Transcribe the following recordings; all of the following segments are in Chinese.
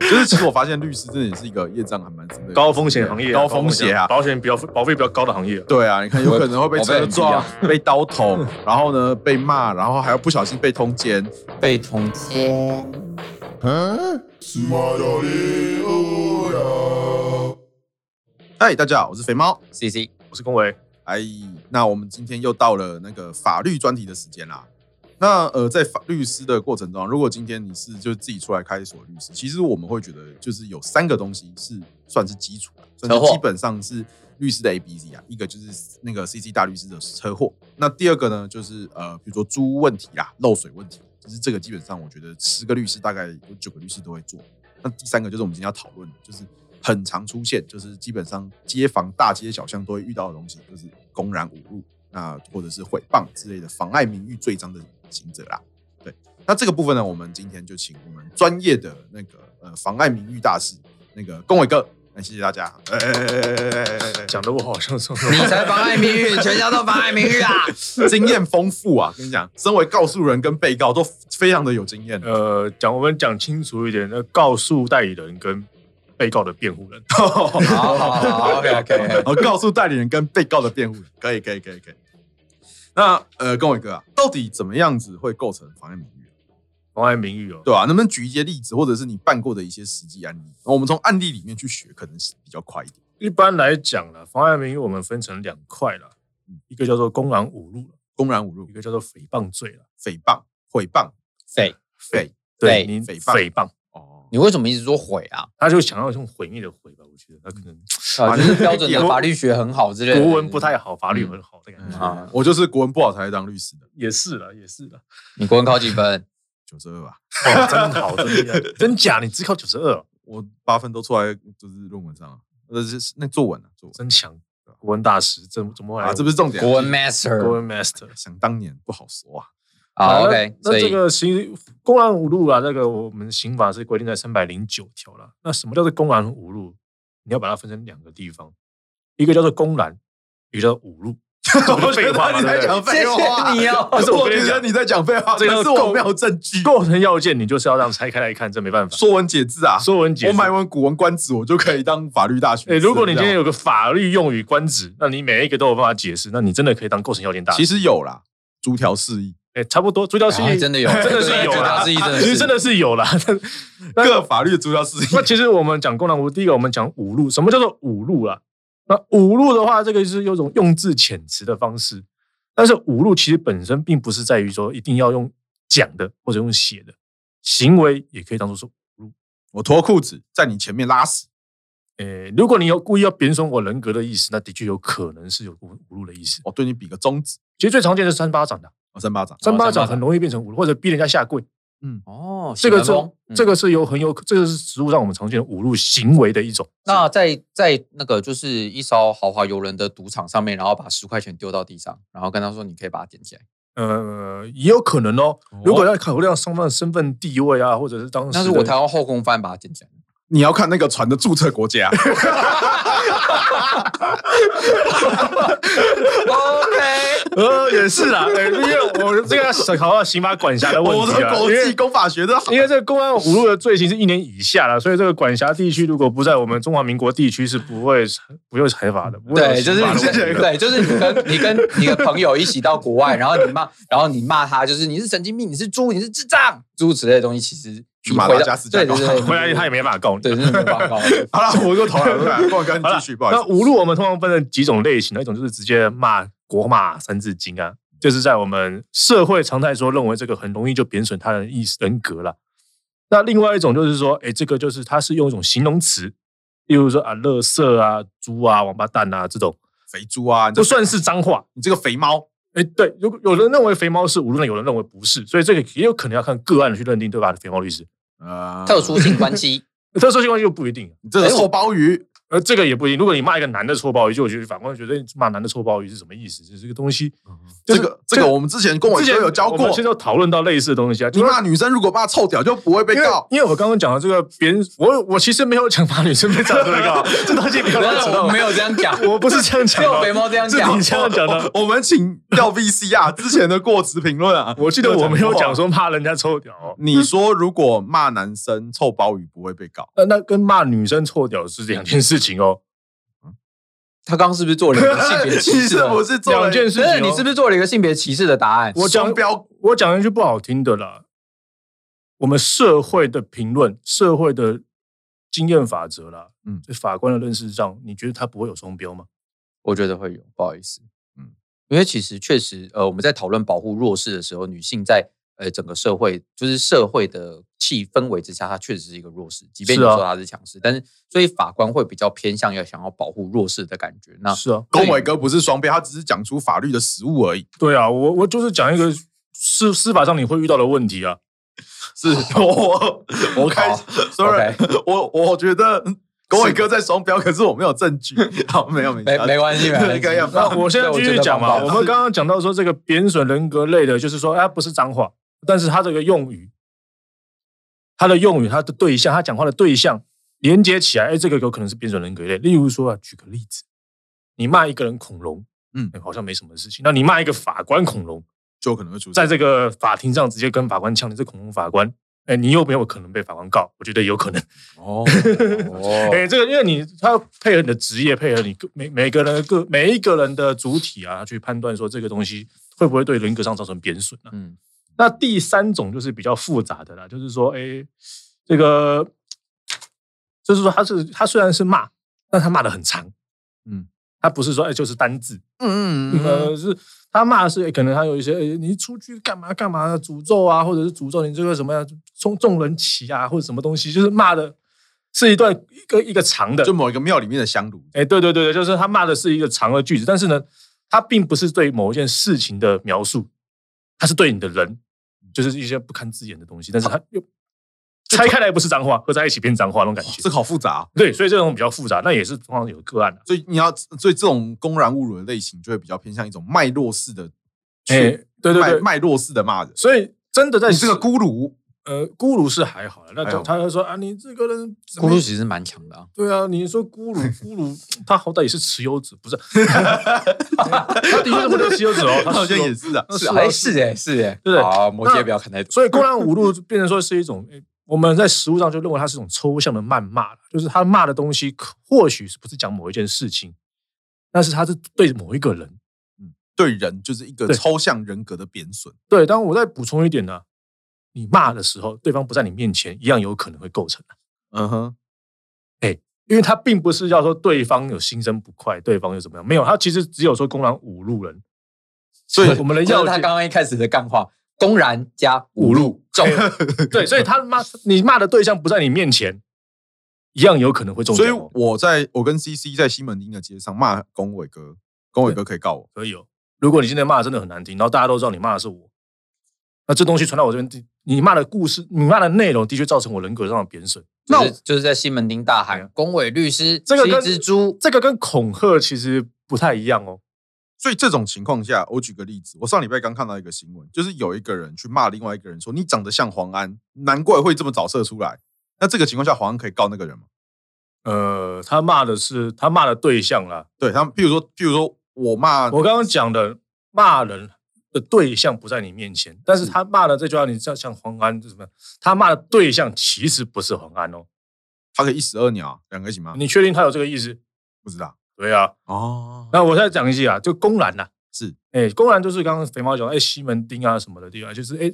就是其实我发现律师真的也是一个业障还蛮深的高风险行业啊，高风险啊。保险比较保费比较高的行业啊。对啊，你看有可能会被车撞我、被刀捅，然后呢被骂，然后还要不小心被通奸。被通接。嗨，大家好，我是肥猫。 C C，我是龚维，哎，那我们今天又到了那个法律专题的时间啦。那呃，在法律师的过程中，啊如果今天你是就自己出来开一所律师，其实我们会觉得就是有三个东西是算是基础的，算车是祸基本上是律师的 A B C 啊。一个就是那个 C C 大律师的车祸，那第二个呢就是呃，比如说租屋问题啦、漏水问题，就是这个基本上我觉得十个律师大概有九个律师都会做。那第三个就是我们今天要讨论的，就是很常出现，就是基本上街坊大街小巷都会遇到的东西，就是公然侮辱，那或者是诽谤之类的妨碍名誉罪章的刑责啦。对，那这个部分呢，我们今天就请我们专业的那个呃妨碍名誉大师那个龚伟哥，那谢谢大家。哎哎哎哎哎哎哎哎讲的我好像是你才妨碍名誉，全家都妨碍名誉啊！经验丰富啊，跟你讲，身为告诉人跟被告都非常的有经 验。 呃，讲我们讲清楚一点，那告诉代理人跟被告的辩护人， 好好好，OK OK，然后告诉代理人跟被告的辩护人，可以，可以，可以，可以。那呃，跟我一个啊，到底怎么样子会构成妨碍名誉，妨碍名誉哦。对吧、能不能举一些例子，或者是你办过的一些实际案例？然后我们从案例里面去学，可能是比较快一点。一般来讲呢，妨碍名誉我们分成两块了，一个叫做公然侮辱，公然侮辱一、个叫做诽谤罪了。诽谤、诽谤、对，诽对你诽谤诽谤，哦，你为什么一直说毁啊？他就想要用毁灭的毁吧，我觉得他可能啊，就是标准的国法律学很好之类的，国文不太好，法律很嗯好的感觉。啊我就是国文不好才来当律师的，也是了，也是了，你国文考几分？九十二吧，啊哇，哦真好，真厉害， 真假？你只考九十二，哦我八分都出来就是论文上了，呃，是那作文啊，作文真强！国文大师，怎怎么会来啊，这不是重点啊。国文国 master 文 master？想当年不好说啊，好那 OK，那所这以个刑公然侮辱啊，这个我们刑法是规定在三百零九条了。那什么叫做公然侮辱？你要把它分成两个地方，一个叫做公然，一个叫做侮辱。这不是废话吗？你在对不对讲废话，谢谢你哦可是我我觉跟你得讲你在讲废话，这个可是够我没有证据。构成要件，你就是要让拆开来看，这没办法。说文解字啊，说文解我字。买完古文观止，我就可以当法律大学士哎、了。如果你今天有，有个法律用语官职，那你每一个都有办法解释，那你真的可以当构成要件大师。其实有啦，逐条释义，哎、差不多，主角是、 啊真的有真的是有主角啦，是一真的是其实真的是有啦。那各法律的逐条释义。 那其实我们讲公然无，第一个我们讲侮辱，什么叫做侮辱啦？那侮辱的话，这个是有种用字遣词的方式，但是侮辱其实本身并不是在于说一定要用讲的或者用写的，行为也可以当做是侮辱。我脱裤子在你前面拉屎，诶，如果你有故意要贬损我人格的意思，那的确有可能是有侮辱的意思。我对你比个中指，其实最常见的是扇巴掌的，我三巴掌。扇巴哦扇巴掌掌很容易变成侮辱，或者逼人家下跪，哦，这个喜是欢风嗯这个是有很有这个是实物上我们常见的侮辱行为的一种。那在在那个就是一艘豪华游轮的赌场上面，然后把十块钱丢到地上，然后跟他说你可以把它捡起来，呃，也有可能哦。如果要考虑到双方的身份地位啊，或者是当时的，但是我台湾后空翻把它捡起来。你要看那个船的注册国啊 家， OK，呃也是啦， 呃因为我这个要考到刑法管辖的问我题的啊，国因际为公法学的好。因为这个公安侮辱的罪行是一年以下啦，所以这个管辖地区如果不在我们中华民国地区是不会不会裁罚的。不会有对，就是刑法你的问题跟 对，就是你跟你跟你的朋友一起到国外，然后你骂，然后你骂他，就是你是神经病，你是猪，你是智障，诸如此类的东西，其实去你马回达到加斯加对对搞对，回来他也没办法告你。对，真的没办法搞。好了，我又投 了，不然跟你继续，不好意那思。侮辱我们通常分成几种类型呢？一种就是直接骂国骂《三字经》啊，就是在我们社会常态说认为这个很容易就贬损他人的意思人格了。那另外一种就是说，哎，这个就是它是用一种形容词，例如说啊，乐色啊、猪啊、王八蛋啊这种，肥猪啊，你这不算是脏话。你这个肥猫，哎，对，有有人认为肥猫是侮辱，有人认为不是，所以这个也有可能要看个案去认定，对吧？肥猫律师，呃，特殊性关系，特殊情况就不一定。你这个哎我瘦鲍鱼，而这个也不一定。如果你骂一个男的臭鲍鱼，就我觉得反过来觉得骂男的臭鲍鱼是什么意思？就是这个东西，这就是个这个我们之前跟我之都前有教我过们，现在讨论到类似的东西啊，你就是骂女生如果骂臭屌就不会被因为告。因为我刚刚讲的这个别人，我我其实没有讲把女生被长这 个，这东西不要没乱扯 有，到我没有这样讲，我不是这样只讲有的肥，猫这样是讲你。这样讲的。哦我们请要 VCR 之前的过词评论啊，我记得我没有讲说。说骂人家臭屌哦，你说如果骂男生臭鲍鱼不会被告，呃那那跟骂女生臭屌是两件事情哦，他刚刚是不是做了一个性别 歧你视是 的？不是做了两件事真的，情。你是不是做了一个性别歧视的答案？我讲双标我讲一句不好听的啦，我们社会的评论、社会的经验法则啦，嗯嗯，在法官的认识上，你觉得他不会有双标吗？我觉得会有，不好意思，嗯嗯，因为其实确实，呃，我们在讨论保护弱势的时候，女性在呃整个社会就是社会的气氛围之下，她确实是一个弱势，即便你是啊说她是强势，但是所以法官会比较偏向要想要保护弱势的感觉。那是啊，跟伟哥不是双标，他只是讲出法律的实务而已。对啊，我我就是讲一个司司法上你会遇到的问题啊。是 我我开好，sorry，我我觉得跟伟哥在双标，可是我没有证 据。好，没有没没没关系，没 关这系个要。那我现在对继觉续得讲嘛，棒棒我们刚刚讲到说这个贬损人格类的，就是说，哎，不是脏话，但是他这个用语，他的用语，他的对象，他讲话的对象连接起来，哎，这个有可能是贬损人格类。例如说啊，举个例子，你骂一个人恐龙，嗯嗯，好像没什么事情。那你骂一个法官恐龙，就可能会出在这个法庭上直接跟法官呛你是恐龙法官，哎，你有没有可能被法官告？我觉得有可能。哦哎、哦，这个因为你他配合你的职业，配合你个每每个人的个每一个人的主体啊，去判断说这个东西会不会对人格上造成贬损啊。嗯，那第三种就是比较复杂的啦，就是说，哎、这个就是说他是他虽然是骂，但他骂的很长，嗯嗯，他不是说哎、就是单字，嗯嗯 嗯呃，是他骂的是、欸可能他有一些、欸你出去干嘛干嘛的诅咒啊，或者是诅咒你这个什么呀，众众人骑啊，或者什么东西，就是骂的是一段一个一个长的嗯，就，某一个庙里面的香炉，哎、对对对对，就是他骂的是一个长的句子，但是呢，他并不是对某一件事情的描述，他是对你的人，就是一些不堪自言的东西，但是他啊又拆开来不是脏话，合在一起变脏话那种感觉这。个好复杂啊。对，所以这种比较复杂，那也是通常有个案啊的、所以你要，所以这种公然侮辱的类型，就会比较偏向一种脉络式的去，哎、对对脉对，脉络式的骂人。所以真的在你这个实孤哎儒，呃，咕噜是还好了，那还他好他就说啊，你这个人怎咕么噜其实蛮强的啊。对啊，你说咕噜咕噜，他好歹也是持有者，不是？ 他的确是获得持有者哦，他好像也是哦。是啊，哦那是是啊啊哎，是哎，是哎，对好啊，摩羯不要看太多。所以公然侮辱变成说是一种，诶我们在实物上就认为它是一种抽象的谩骂了，就是他骂的东西可或许是不是讲某一件事情，但是他是对某一个人。对人就是一个对抽象人格的贬损。对，当然我再补充一点呢，你骂的时候，对方不在你面前，一样有可能会构成。啊嗯哼，因为他并不是要说对方有心生不快，对方又怎么样，没有，他其实只有说公然侮辱人。所以我们的就是要他件刚刚一开始的干话，公然加侮辱，重。哎 对，所以他骂你骂的对象不在你面前，一样有可能会中所奖以哦、我在我跟 CC 在西门町的街上骂龚伟哥，龚伟哥可以告我。可以哦。如果你今天骂的真的很难听，然后大家都知道你骂的是我，那这东西传到我这边，的你骂的故事，你骂的内容的确造成我人格上的贬损。那就是就是在西门町大喊“龚伟律师啊这个是一跟只猪这个跟恐吓其实不太一样哦。所以这种情况下，我举个例子，我上礼拜刚看到一个新闻，就是有一个人去骂另外一个人说你长得像黄安，难怪会这么早射出来。那这个情况下，黄安可以告那个人吗？呃，他骂的是他骂的对象啦。对他们，譬如说，譬如说我骂我刚刚讲的骂人的对象不在你面前，但是他骂的这句话，你像像黄安什么，他骂的对象其实不是黄安哦。他可以一石二鸟啊，两个一起骂，你确定他有这个意思？不知道对啊，哦。那我再讲一下啊，就公然呐、是哎、公然就是刚刚肥猫讲的，哎、西门町啊什么的地方，就是哎、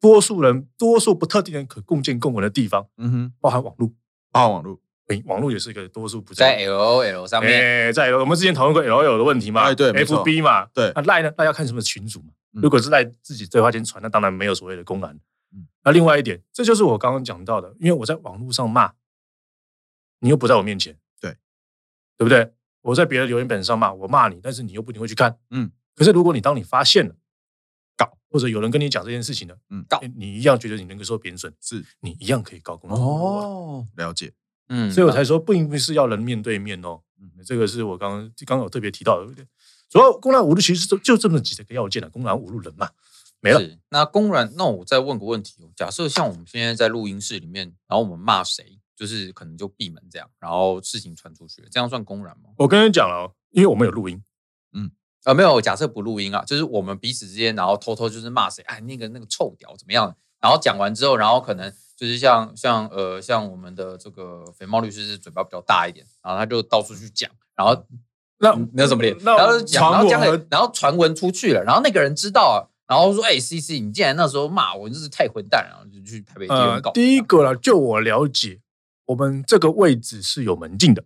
多数人多数不特定人可共建共文的地方，嗯哼，包含网络，霸网络，哎、网络也是一个多数不”在 L O L 上面，哎、在我们之前讨论过 L L 的问题嘛，哎对没错，FB 嘛，对那赖呢？大家看什么群组嘛？嗯如果是赖自己对话间传，那当然没有所谓的公然嗯。那另外一点，这就是我刚刚讲到的，因为我在网络上骂，你又不在我面前，对对不对？我在别的留言板上骂，我骂你，但是你又不一定会去看，嗯。可是如果你当你发现了，告或者有人跟你讲这件事情了，嗯告哎你一样觉得你能够受贬损，是哦你一样可以告公然侮辱啊。了解。嗯所以我才说，并不是要人面对面哦。嗯，这个是我刚刚刚刚有特别提到的一点。嗯主要公然无路其实就就这么几个要件啊了、公然无路人嘛，没了。是那公然，那我再问个问题哦，假设像我们现在在录音室里面，然后我们骂谁，就是可能就闭门这样，然后事情传出去，这样算公然吗？我跟你讲了哦，因为我们有录音，啊，没有，假设不录音啊，就是我们彼此之间，然后偷偷就是骂谁，哎，那个那个臭屌怎么样？然后讲完之后，然后可能就是像像呃像我们的这个肥猫律师是嘴巴比较大一点，然后他就到处去讲，然后那嗯嗯没有怎么脸，那然后就讲，然传后我讲和给，然后传闻出去了，然后那个人知道，然后说，哎，C C，你竟然那时候骂我，你真是太混蛋了，然后就去台北地呃院告。，第一，个了，就我了解，我们这个位置是有门禁的，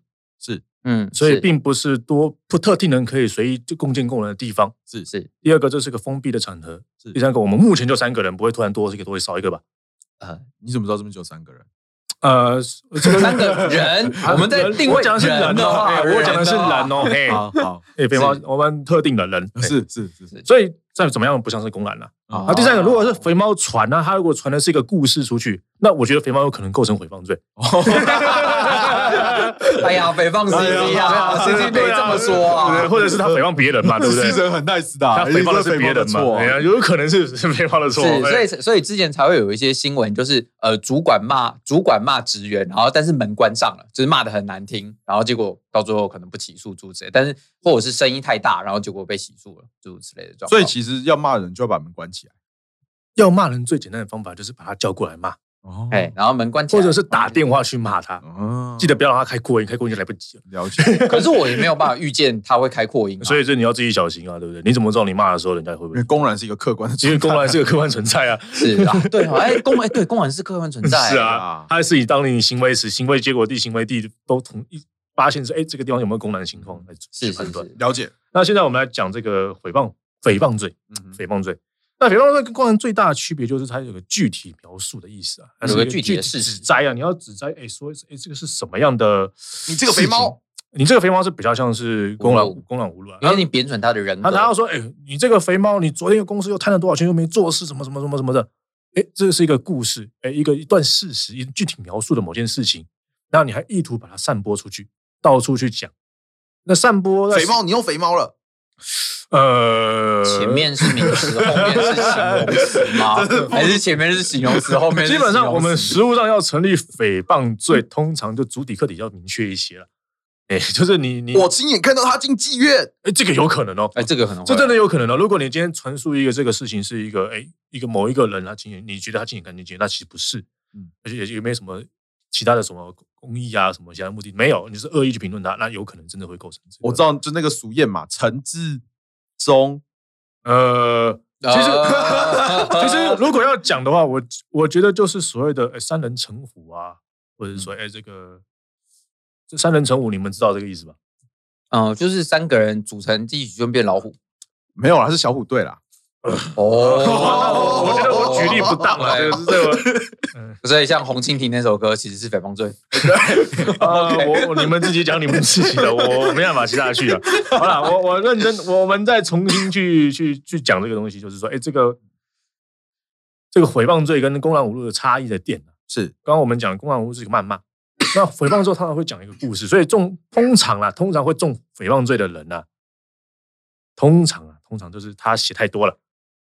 嗯，所以是并不是多不特定人可以随意就共建共人的地方。是是第二个，这是个封闭的场合。是第三个，我们目前就三个人，不会突然多一个，多少一个吧？呃你怎么知道这边只有三个人？呃，这个三个 人，我们在人定我位讲的是人的哦，话，哎我讲的是人哦，哦，嘿，好好，哎，别忘，我们特定的人哎 是是是是，所以再怎么样不像是公然了。啊啊，第三个，如果是哦肥猫传呢、啊，他如果传的是一个故事出去，那我觉得肥猫有可能构成诽谤罪。哎呀，北方 C 哎 C 呀啊，C 对啊 C 没这么说对，啊，或者是他诽谤别人嘛，对不对牺？牲很 nice 的啊，他诽谤的一定是别人嘛诽谤的错，啊哎呀，有可能是是肥猫的是，错。所哎以所以之前才会有一些新闻，就是呃，主管骂主管骂职员，然后但是门关上了，就是骂的很难听，然后结果到最后可能不起诉诸如此类，但是或者是声音太大，然后结果被起诉了，诸如此类的状况。所以其实要骂人就要把门关起来。要骂人最简单的方法就是把他叫过来骂，哦哎，，然后门关起来，或者是打电话去骂他。哦记得不要让他开扩音，开扩音就来不及了。了解，可是我也没有办法预见他会开扩音啊，所以这你要自己小心啊，对不对？你怎么知道你骂的时候人家会不因会为？公然是一个客观的因为存在，公然是个客观存在啊，是啊，对哦，哎，公哎对，公然是客 观存在，是啊啊，它是以当你行为时、行为结果地、行为地都同一发现是，哎，这个地方有没有公然情况来是去是判断是。了解，那现在我们来讲这个诽谤、诽谤罪、嗯哼诽谤罪。那诽谤罪跟公然最大的区别就是它有个具体描述的意思啊，它是有个一具体的事实指摘啊，你要指摘，哎，说，哎，这个是什么样的？你这个肥猫，你这个肥猫是比较像是公然侮辱公然侮辱啊，因为你贬损他的人格他，他要说，哎、你这个肥猫，你昨天又公司又贪了多少钱，又没做事，什么什么什么什么的。哎，这个是一个故事，哎，一个一段事实，一具体描述的某件事情，然后你还意图把它散播出去，到处去讲。那散播肥，猫，你又肥猫了，呃，前面是名词，后面是形容词 吗？还是前面是形容词，后面是基本上我们形实务上要成立诽谤罪，通常就主体客体要明确一些了。哎，就是你你我亲眼看到他进妓院，哎，这个有可能哦，容词？哎，这个可能会这真的有可能哦。如果你今天传述一个这个事情是一个哎一个某一个人他亲眼，你觉得他亲眼看见，那其实不是，嗯而且也也没什么其他的什么公益啊什么其他的目的，没有，你是恶意去评论他，那有可能真的会构成、这个。我知，道，就那个俗谚嘛，陈志忠，呃，其实、 啊其呃实如果要讲的话，我我觉得就是所谓的哎三人成虎啊，或者是嗯说哎这个这三人成虎，你们知道这个意思吧？嗯，就是三个人组成一起就变老虎。没有啦，是小虎队啦，哦， 哦我觉得我举例不当 了，这个是这个。所以像红蜻蜓那首歌其实是诽谤罪。 啊，我我你们自己讲你们自己的，我我没办法接下去 了。好了，我我认真，我们再重新去去去讲这个东西，就是说，哎，这个这个诽谤罪跟公然侮辱的差异的点啊是刚刚我们讲公然侮辱是一个谩骂，那诽谤之后他常会讲一个故事，所以中通常啦，通常会中诽谤罪的人啊，通常啊，通常就是他写太多了，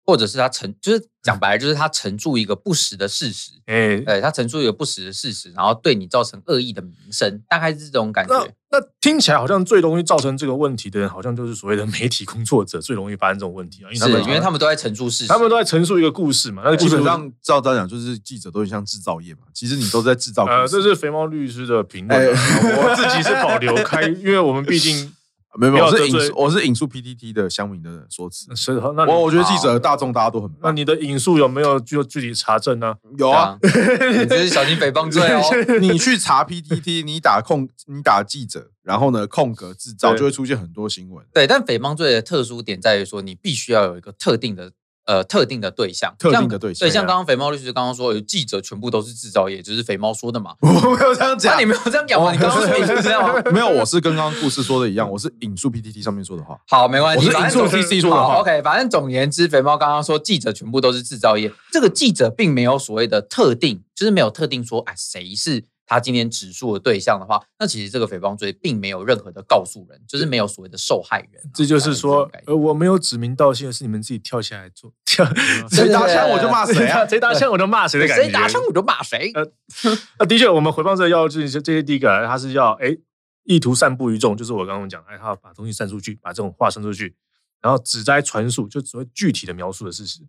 或者是他陈，就是讲白了，就是他陈述一个不实的事实，哎，对他陈述一个不实的事实，然后对你造成恶意的名声，大概是这种感那觉。那听起来好像最容易造成这个问题的人，好像就是所谓的媒体工作者最容易发生这种问题啊，因为他是们因为他们都在陈述事实，啊他们都在陈述一个故事嘛，那个故哎基事本上照这样讲，就是记者都很像制造业嘛，其实你都是在制造故事，哎呃，这是肥猫律师的评论啊，我自己是保留开，因为我们毕竟 啊没有没有，不我要是引得罪述我是引述 PTT 的乡民的说辞，是嗯那你我我觉得记者大众大家都很那棒，你的引述有没有具有具体查证呢？有对啊，啊，你这是小心诽谤罪 哦。你去查 PTT，你打空，你打记者，然后呢空格制造，对就会出现很多新闻。 对，但诽谤罪的特殊点在于说，你必须要有一个特定的呃特定的对象，特定像的对对，象像刚刚肥猫律师刚刚说，有记者全部都是制造业，就是肥猫说的嘛。我没有这样那、讲你，没有这样讲吗？你刚刚说你是这样吗？ 没有，我是跟刚刚故事说的一样，我是引述 PTT 上面说的话。好，没关系，我是呃反正引述总 TC 说的话好 OK，反正总而言之，肥猫刚刚说记者全部都是制造业，这个记者并没有所谓的特定，就是没有特定说哎谁是他今天指诉的对象的话，那其实这个诽谤罪并没有任何的告诉人，就是没有所谓的受害人啊、这就是大说哎概，这呃，种概念我没有指名道姓，是你们自己跳起来做跳，谁打枪我就骂谁谁啊 打！谁打枪我就骂谁的感觉。谁打枪我就骂谁。呃 那的确，我们回放这要这些这些第一个，他是要哎意图散布于众，就是我刚刚讲，哎，他要把东西散出去，把这种话散出去，然后指摘传述，就只会具体的描述的事实，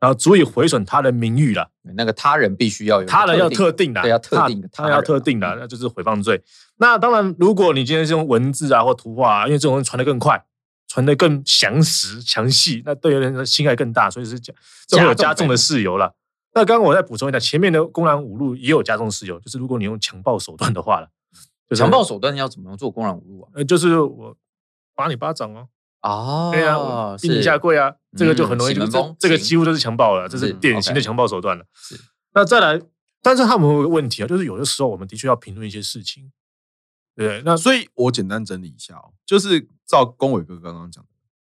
然后足以毁损他的名誉了，那个他人必须要有他人要定特定的，对要特定的他他他要人特啊定的，那就是诽谤罪。那当然，如果你今天是用文字啊或图画啊，因为这种东西传得更快。传得更详实、详细，那对人的侵害更大，所以是加这会有加重的事由了。那刚刚我再补充一下，前面的公然侮辱也有加重事由，就是如果你用强暴手段的话了，就是强暴手段要怎么做公然侮辱啊？呃，就是我打你巴掌哦，啊，对啊，我逼是你下跪啊，这个就很容易就嗯洗这门风这个行几乎就是强暴了，这是是典型的 OK 强暴手段了是。那再来，但是他们会有个问题啊，就是有的时候我们的确要评论一些事情，对不对，那所以我简单整理一下哦，就是照龚伟哥刚刚讲的，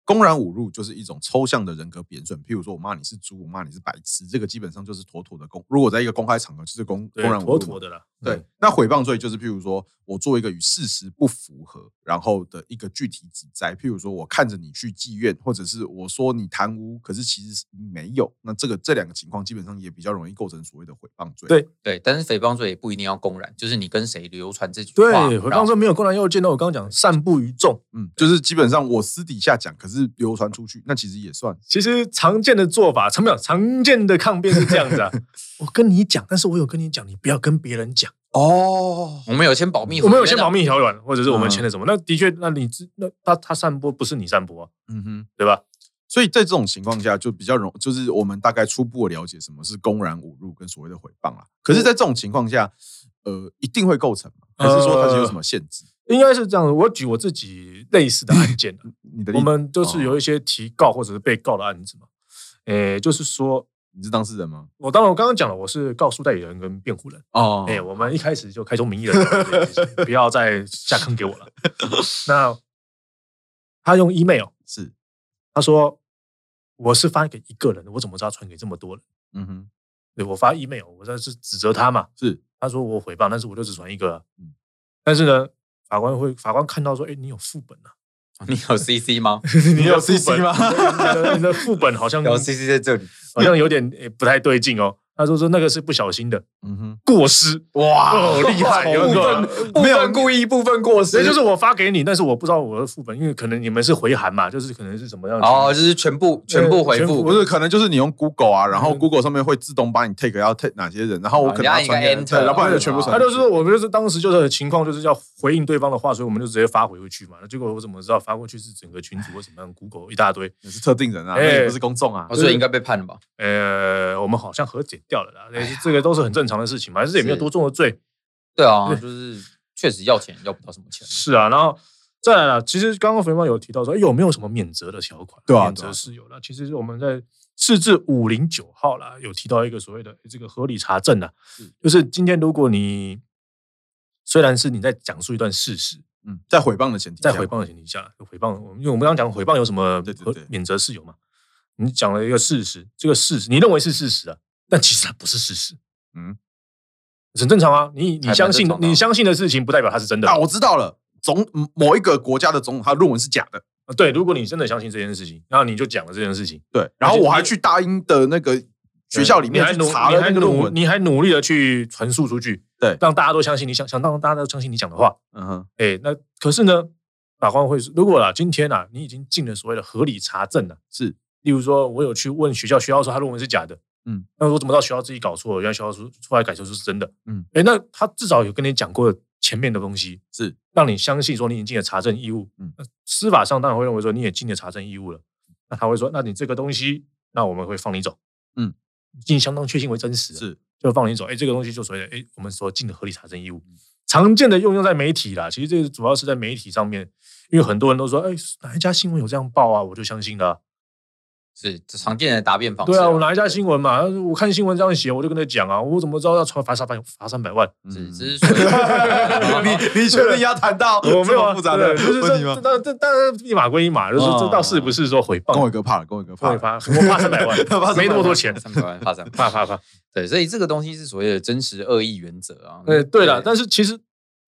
公然侮辱就是一种抽象的人格贬损。譬如说我骂你是猪，我骂你是白痴，这个基本上就是妥妥的公。如果在一个公开场合，就是公公对然侮辱嘛妥妥的嗯了，对，那诽谤罪就是譬如说我做一个与事实不符合，然后的一个具体指摘，譬如说我看着你去妓院，或者是我说你贪污，可是其实是你没有。那这个这两个情况基本上也比较容易构成所谓的诽谤罪。对对，但是诽谤罪也不一定要公然，就是你跟谁流传这句对，话，我刚刚说没有公然要件，那我刚刚讲散布于众，嗯，就是基本上我私底下讲，可是流传出去，那其实也算。其实常见的做法，常没有常见的抗辩是这样 子啊，我跟你讲，但是我有跟你讲，你不要跟别人讲。哦，我们有签保密，我们有些保密，密条款，或者是我们嗯签了什么？那的确，那你知那他他散播不是你散播啊，嗯哼。对吧？所以在这种情况下，就比较容，就是我们大概初步的了解什么是公然侮辱跟所谓的诽谤啦。可是，在这种情况下，呃，一定会构成吗？还是说它是有什么限制？应该是这样的。我举我自己类似的 案件啊，你的例我子们就是有一些提告或者是被告的案子嘛。诶，就是说你是当事人吗？我当然我刚刚讲了，我是告诉代理人跟辩护人。哦哎、我们一开始就开宗明义的， 不要再下坑给我了。那他用 email，是，他说我是发给一个人的，我怎么知道传给这么多人？嗯哼，对我发 email，我这是指责他嘛。是，他说我诽谤，但是我就只传一个。啊嗯但是呢，法官会法官看到说，哎，你有副本啊，你有 CC 吗？ 你有副 CC 本吗你 的你的副本好像有 CC 在这里，好像有点诶不太对劲哦。他说说那个是不小心的嗯哼，过失， 哇哦，厉 害，有部一分 个。部分故意，部分过所失，以就是我发给你，但是我不知道我的副本，因为可能你们是回函嘛，就是可能是什么样的哦，就是全部全部回全部复不，是，可能就是你用 Google 啊，然后嗯 Google 上面会自动帮你 take 要 take 哪些人，然后我可能要传给你按一个对 enter 然后不然就全部传哦他给就你。是说我们就是当时就是情况就是要回应对方的话，所以我们就直接发回去嘛。那结果我怎么知道发过去是整个群组或怎么样？Google 一大堆，你是特定人啊，哎那也不是公众啊哦。所以应该被判了吧？呃，我们好像和解掉了啦，但是这个都是很正常的事情嘛，但是也没有多重的罪。对啊，就是确实要钱要不到什么钱，是啊，然后再来了，其实刚刚肥猫有提到说，哎有没有什么免责的条款？对啊免对啊责是有了。其实我们在四至五零九号啦，有提到一个所谓的这个合理查证啊，就是今天如果你虽然是你在讲述一段事实，嗯，在诽谤的前提下，在回谤的前提下，回谤，我们因为我们刚刚讲回谤有什么对对对免责事由嘛？你讲了一个事实，这个事实你认为是事实啊，但其实它不是事实。嗯嗯，很正常啊。你你还蛮相信正常的啊你相信的事情，不代表它是真的啊，。我知道了，总某一个国家的总统他论文是假的。对，如果你真的相信这件事情，那你就讲了这件事情。对，然后而且我还你去大英的那个学校里面你还去努查你了还那个论努文。你还努力的去传述出去，对让大家都相信你想想让大家都相信你讲的话。嗯哼，哎，那可是呢，法官会说，如果啦，今天啊，你已经尽了所谓的合理查证了，是，例如说我有去问学校，学校说他论文是假的，嗯，那我怎么知道学校自己搞错了？原来学校说出来改成是真的，嗯，哎，那他至少有跟你讲过前面的东西，是让你相信说你已经尽了查证义务，嗯，司法上当然会认为说你也尽了查证义务了，那他会说，那你这个东西，那我们会放你走，嗯，已经相当确信为真实了，是，就放你走。哎，这个东西就所谓的哎，我们所尽的合理查证义务，嗯常见的运用在媒体啦。其实这个主要是在媒体上面，因为很多人都说，哎，哪一家新闻有这样报啊，我就相信了啊。是常见的答辩方式。对啊，我拿一下新闻嘛，我看新闻这样写，我就跟他讲啊，我怎么知道要罚罚三百罚三百万？是，只是嗯 你你确定要谈到我 没这有么啊复杂对的就是问题吗这？这这当然一码归一码，就是哦这倒是不是说回跟谤我？哥怕了，跟我哥怕我了。罚我啊罚三百 万罚300，万没那么多钱， 三百万罚三百罚万，罚罚。对，所以这个东西是所谓的真实恶意原则啊。呃，对了，但是其实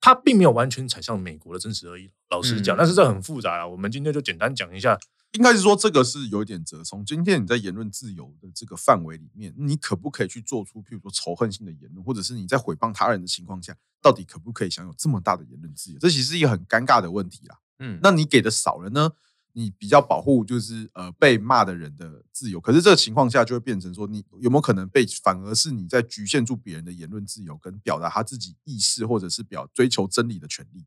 它并没有完全踩向美国的真实而已。老实讲，嗯但是这很复杂了。我们今天就简单讲一下，应该是说这个是有一点折冲。今天你在言论自由的这个范围里面，你可不可以去做出，譬如说仇恨性的言论，或者是你在诽谤他人的情况下，到底可不可以享有这么大的言论自由？这其实是一个很尴尬的问题啦。嗯，那你给的少了呢？你比较保护就是呃被骂的人的自由，可是这个情况下就会变成说，你有没有可能被反而是你在局限住别人的言论自由跟表达他自己意识或者是表追求真理的权利？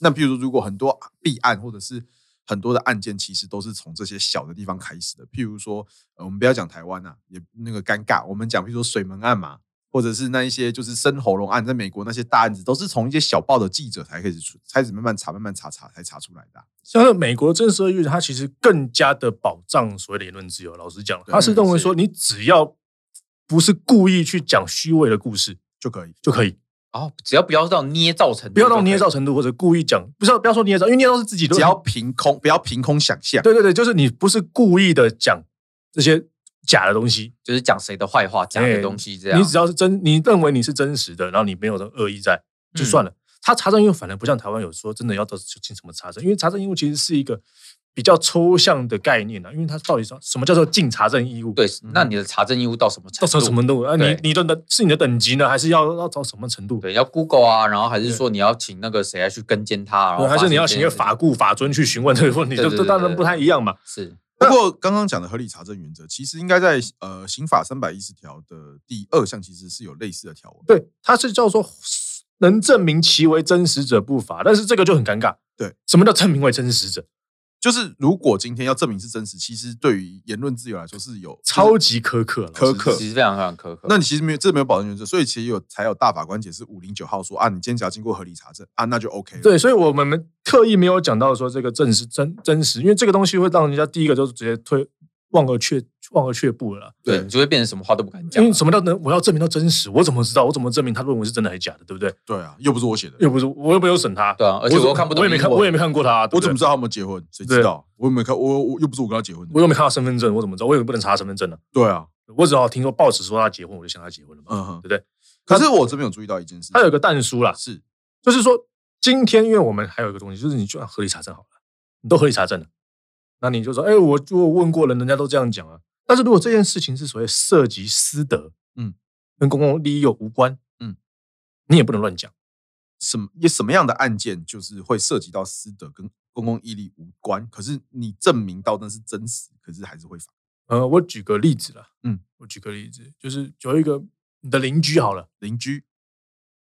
那比如说，如果很多弊案或者是很多的案件，其实都是从这些小的地方开始的。譬如说，呃、我们不要讲台湾啊，也那个尴尬，我们讲譬如说水门案嘛，或者是那一些就是生喉咙案，在美国那些大案子，都是从一些小报的记者才开始出，开始慢慢查、慢慢查查才查出来的啊、像是美国真实恶意，它其实更加的保障所谓的言论自由。老实讲，对它嗯是认为说你只要不是故意去讲虚伪的故事就可以。就可以，哦，只要不要到捏造成，不要到捏造，程度或者故意讲，不是不要说捏造，因为捏造是自己都只要凭空，不要凭空想象。对对对，就是你不是故意的讲这些假的东西，就是讲谁的坏话，假的东西这样。哎你只要是真，你认为你是真实的，然后你没有这恶意在，嗯就算了。他查证义务反而不像台湾有说真的要到进什么查证，因为查证义务其实是一个比较抽象的概念啊，因为它到底什什么叫做尽查证义务？对，那你的查证义务到什么嗯程到度？什什么程度？啊，你对你的等是你的等级呢，还是要要到什么程度？对，要 Google 啊，然后还是说你要请那个谁来去跟监他，然后对，还是你要请请一个法顾法尊去询问 这个问题，对这对这对当对然对不太一样嘛。是啊不过刚刚讲的合理查证原则，其实应该在呃刑法三百一十条的第二项，其实是有类似的条文。对，它是叫做能证明其为真实者不罚，但是这个就很尴尬。对，什么叫证明为真实者？就是如果今天要证明是真实，其实对于言论自由来说是有超级苛刻，老苛实刻其实非常非常苛刻。那你其实没有，这没有保证原则，所以其实有才有大法官解释五零九号说啊，你今天只要经过合理查证啊，那就 OK 了。对，所以我们特意没有讲到说这个证实真真实，因为这个东西会让人家第一个就是直接推望而却望而却步了啦。对你就会变成什么话都不敢因讲为了。什么叫能？我要证明到真实，我怎么知道？我怎么证明他论文是真的还是假的？对不对？对啊，又不是我写的，又不是我又没有审他，对啊，而且我又看不懂我也英没文，看，我也没看过他啊，对我不对怎么知道他们结婚？谁知对道？我又没看，我我又不是我跟他结婚我的。又没看到身份证，我怎么知道？我也不能查身份证呢、对啊，我只好听说报纸说他结婚，我就想他结婚了嘛，嗯哼对不对？可是我这边有注意到一件事情，他有一个蛋书啦，是就是说今天因为我们还有一个东西，就是你就算合理查证好了，你都合理查证了，那你就说，哎，我就问过了，人家都这样讲啊。但是如果这件事情是所谓涉及私德，嗯，跟公共利益有无关，嗯，你也不能乱讲。什么也什么样的案件，就是会涉及到私德跟公共义利无关，可是你证明到那是真实，可是还是会罚。呃，我举个例子啦，嗯，我举个例子，就是有一个你的邻居好了，邻居，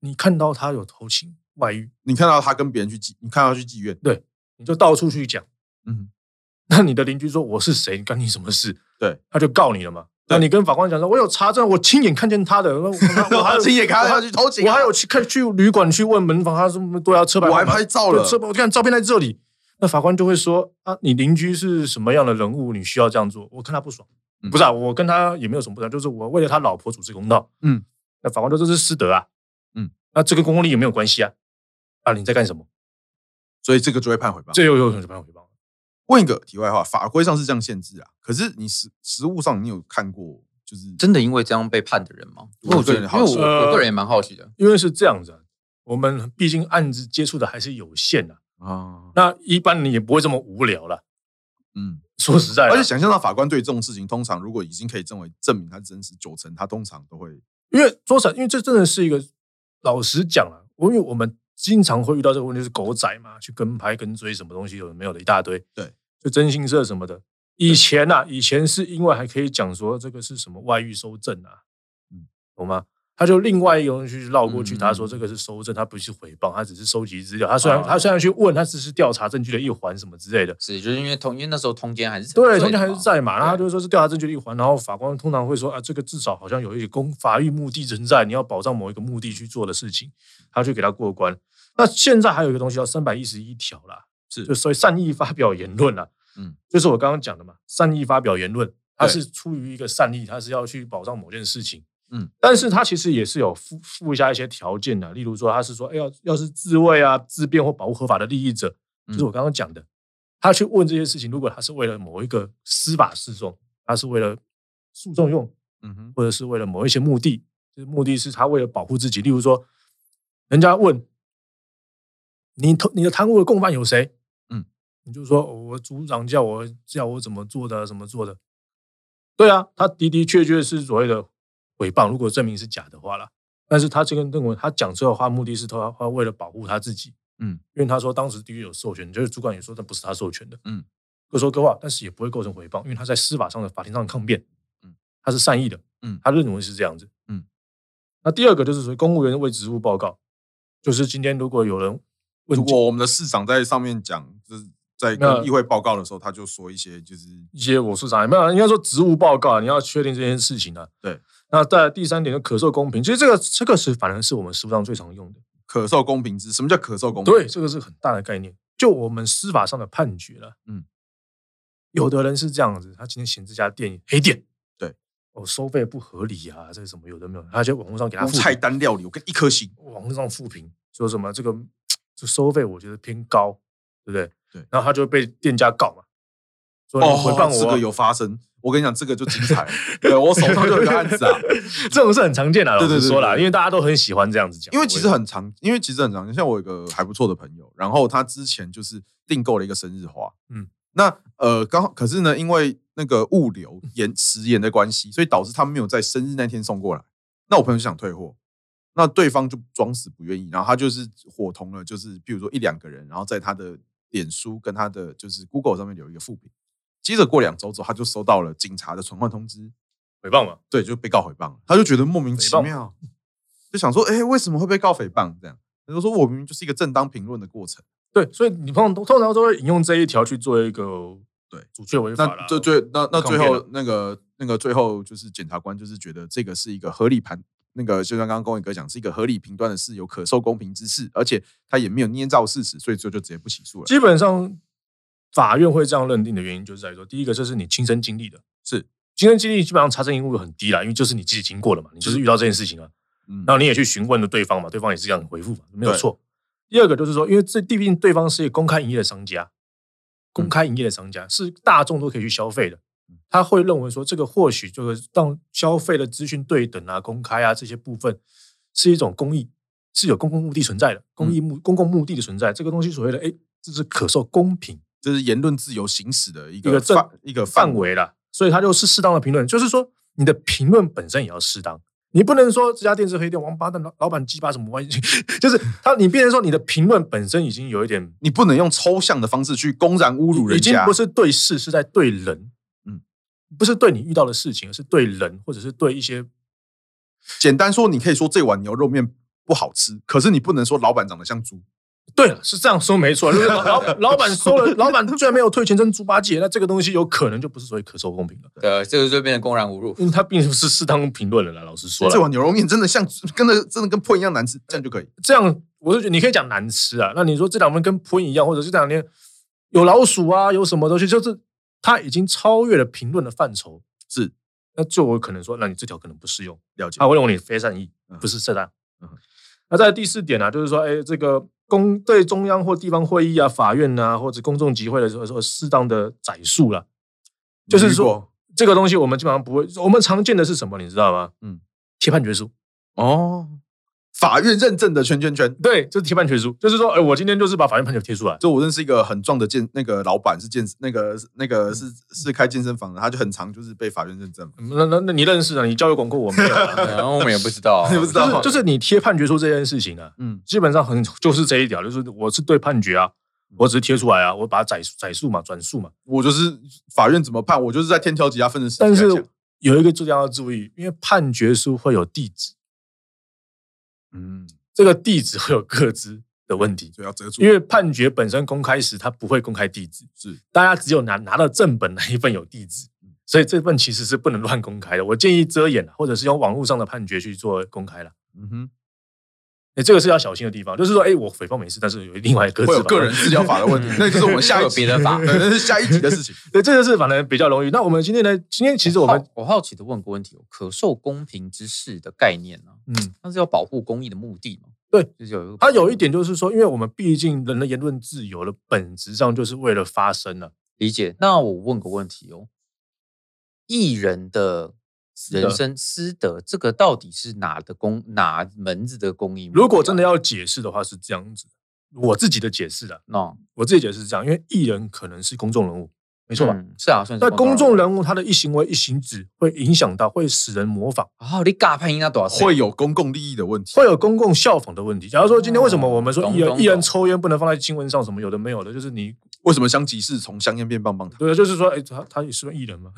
你看到他有偷情外遇，你看到他跟别人去妓，你看到他去妓院，你就到处去讲。嗯，那你的邻居说我是谁，干你什么事？对，他就告你了嘛。对那你跟法官讲说，我有查证，我亲眼看见他的，我 我还有亲眼看到他去偷情啊我还有去看去旅馆去问门房，他说对啊，车牌我还号码拍照了对车牌我看照片在这里。那法官就会说啊，你邻居是什么样的人物，你需要这样做？我看他不爽，嗯不是啊，我跟他也没有什么不爽，就是我为了他老婆主持公道，嗯，那法官就说这是失德啊，嗯，那这跟公共利益有没有关系啊？啊，你在干什么？所以这个就会判毁谤。这又有什么办法回报？问一个题外话，法规上是这样限制啊，可是你实实务上你有看过就是真的因为这样被判的人吗？因为我觉我得，个人因好为我奇呃我个人也蛮好奇的。因为是这样子、啊，我们毕竟案子接触的还是有限的、啊，啊，那一般人也不会这么无聊了。嗯，说实在的，而且想象到法官对这种事情，通常如果已经可以证为证明它是真实，九成他通常都会因为说实在，因为这真的是一个老实讲了、我因为我们经常会遇到这个问题，就是狗仔嘛，去跟拍跟追什么东西有的没有的一大堆，对，就征信社什么的。以前呐、啊，以前是因为还可以讲说这个是什么外遇收证啊，嗯嗯，懂吗？他就另外一个人去绕过去，嗯他说这个是收证，他不是回谤，他只是收集资料。他虽然、啊他虽然去问，他只是调查证据的一环什么之类的，是，就是因为通，因为那时候通奸还是对，通中间还是在嘛，然后他对就说是调查证据的一环，然后法官通常会说啊，这个至少好像有一些公法律目的存在，你要保障某一个目的去做的事情，他去给他过关。那现在还有一个东西叫三百一十一条啦，是就所以善意发表言论啦，嗯，就是我刚刚讲的嘛，善意发表言论，他是出于一个善意，他是要去保障某件事情。嗯，但是他其实也是有附附加一些条件的、例如说他是说，哎、要要是自卫啊、自辩或保护合法的利益者，就是嗯我刚刚讲的，他去问这些事情，如果他是为了某一个司法诉讼，他是为了诉讼用，嗯哼，或者是为了某一些目的，就是目的是他为了保护自己。例如说，人家问你偷你的贪污的共犯有谁？嗯，你就说我组长叫我叫我怎么做的，啊怎么做的。对啊，他的的确确是所谓的诽谤，如果证明是假的话啦。但是他这个认为他讲这个话目的是他他为了保护他自己，嗯，因为他说当时的确有授权，就是主管也说那不是他授权的，嗯，各说各话，但是也不会构成诽谤，因为他在司法上的法庭上抗辩，嗯，他是善意的，嗯他认为是这样子，嗯。那第二个就是属于公务员为职务报告，就是今天如果有人问如果我们的市长在上面讲，就是在那跟议会报告的时候，他就说一些就是一些我市长没有，应该说职务报告，啊你要确定这件事情啊。对。那再来第三点就可受公平，其实这个这个是反而是我们实务上最常用的。可受公平之，什么叫可受公平？对，这个是很大的概念。就我们司法上的判决了，嗯，有的人是这样子，他今天嫌这家店黑店，对，哦，收费不合理啊，这个什么有的没有，他就网络上给他无复评菜单料理，我跟一颗星。网络上复评说什么这个这收费我觉得偏高，对不对？对然后他就被店家告嘛，说你哦，回谤我啊、这个有发生。我跟你讲，这个就精彩了。对我手上就有一个案子啊， 这种是很常见的，对对老实说啦，对对对因为大家都很喜欢这样子讲，因为其实很常，因为其实很常，像我有一个还不错的朋友，然后他之前就是订购了一个生日花，嗯嗯，那呃刚好，可是呢，因为那个物流延迟延的关系，所以导致他没有在生日那天送过来。那我朋友就想退货，那对方就装死不愿意，然后他就是伙同了，就是比如说一两个人，然后在他的脸书跟他的就是 Google 上面留一个副评。接着过两周之后，他就收到了警察的传唤通知，诽谤嘛，对，就被告诽谤了，他就觉得莫名其诽谤妙，就想说，哎、为什么会被告诽谤？这样，他就说我明明就是一个正当评论的过程，对，所以你通常都通常都会引用这一条去做一个对阻却违法啦那最最那那啊抗最辩后了那个那个最后就是检察官就是觉得这个是一个合理盘，那个就像刚刚公允哥讲，是一个合理评断的事，有可受公平之事，而且他也没有捏造事实，所以最后就直接不起诉了。基本上法院会这样认定的原因，就是在于说，第一个这是你亲身经历的，是亲身经历基本上查证义务很低啦，因为就是你自己经过了嘛，你就是遇到这件事情啊，嗯然后你也去询问了对方嘛，对方也是这样回复嘛，没有对错。第二个就是说，因为这毕竟对方是一个公开营业的商家，嗯公开营业的商家是大众都可以去消费的，他会认为说这个或许就是让消费的资讯对等啊、公开啊这些部分是一种公益，是有公共目的存在的，嗯公益目、公共目的的存在，这个东西所谓的哎，这是可受公平这是言论自由行使的一一个个正范一个范范围，围啦，所以他就是适当的评论，就是说你的评论本身也要适当，你不能说这家店是黑店，王八蛋老老板鸡巴什么关系， 就是他你变成说你的评论本身已经有一点你不能用抽象的方式去公然侮辱人已经家，不是对事，是在对人，嗯嗯，不是对你遇到的事情，而是对人或者是对一些简单说，你可以说这碗牛肉面不好吃，可是你不能说老板长得像猪。对了，是这样说没错。就是老老老板说了，老板居然没有退钱，真猪八戒。那这个东西有可能就不是所谓可受公平了，对，这个就变成公然侮辱。因为他并不是适当评论了啦。老实说这了，碗牛肉面真的像跟那真的跟破一样难吃，这样就可以。这样我是觉得你可以讲难吃啊。那你说这两份跟喷一样，或者是这两天有老鼠啊，有什么东西，就是他已经超越了评论的范畴。是，那就我可能说，那你这条可能不适用。了解他，会认为你非善意嗯，不是适当嗯。那在第四点呢、啊，就是说，哎，这个公对中央或地方会议啊、法院啊，或者公众集会的时候，说适当的载述了、就嗯是没遇说过这个东西我们基本上不会，我们常见的是什么，你知道吗？嗯，贴判决书，哦，法院认证的圈圈圈。对，就是贴判决书，就是说，哎，我今天就是把法院判决贴出来，就我认识一个很壮的健那个老板是健那个那个是是开健身房的，他就很常就是被法院认证嘛。，嗯那那那你认识啊？你教育广告我没有、啊，然后我们也不知道你不知道就是就是 你贴判决书这件事情啊，嗯，基本上很就是这一条，就是我是对判决啊，我只是贴出来啊，我把它载载述嘛，转述嘛。我就是法院怎么判，我就是在天条几下分成十几但来是讲。有一个重要的注意，因为判决书会有地址，嗯，这个地址会有各自的问题，所以要遮住因。为判决本身公开时，它不会公开地址，是大家只有拿拿到正本那一份有地址，所以这份其实是不能乱啊公开的。我建议遮掩，或者是用网络上的判决去做公开了。嗯哼，哎，这个是要小心的地方，就是说，哎，我诽谤没事，但是有另外一个会有个人私交法的问题嗯，那就是我们下一会有集别的法对那是下一集的事 情。对，这个是反正比较容易。那我们今天呢？今天其实我们好我好奇的问个问题哦，可受公平之事的概念呢、嗯，它是要保护公益的目的吗？对，就是有一个它有一点就是说，因为我们毕竟人的言论自由的本质上就是为了发声啊了、理解。那我问个问题哦，艺人的德人生私德，这个到底是哪的公哪门子的啊公益目标？如果真的要解释的话，是这样子。我自己的解释啊，那我自己解释是这样，因为艺人可能是公众人物，没没错吧？是啊，算是那公众人人物他的一行为一行止会影响到，会使人模仿，啊，你尬判应该多少岁？会有公共利益的问题，会有公共效仿的问题。假如说今天为什么我们说懂艺人懂艺人懂抽烟不能放在新闻上，什么有的没有的，就是你为什么香吉士从香烟变棒棒糖？对，就是说，哎，他他也是艺人嘛，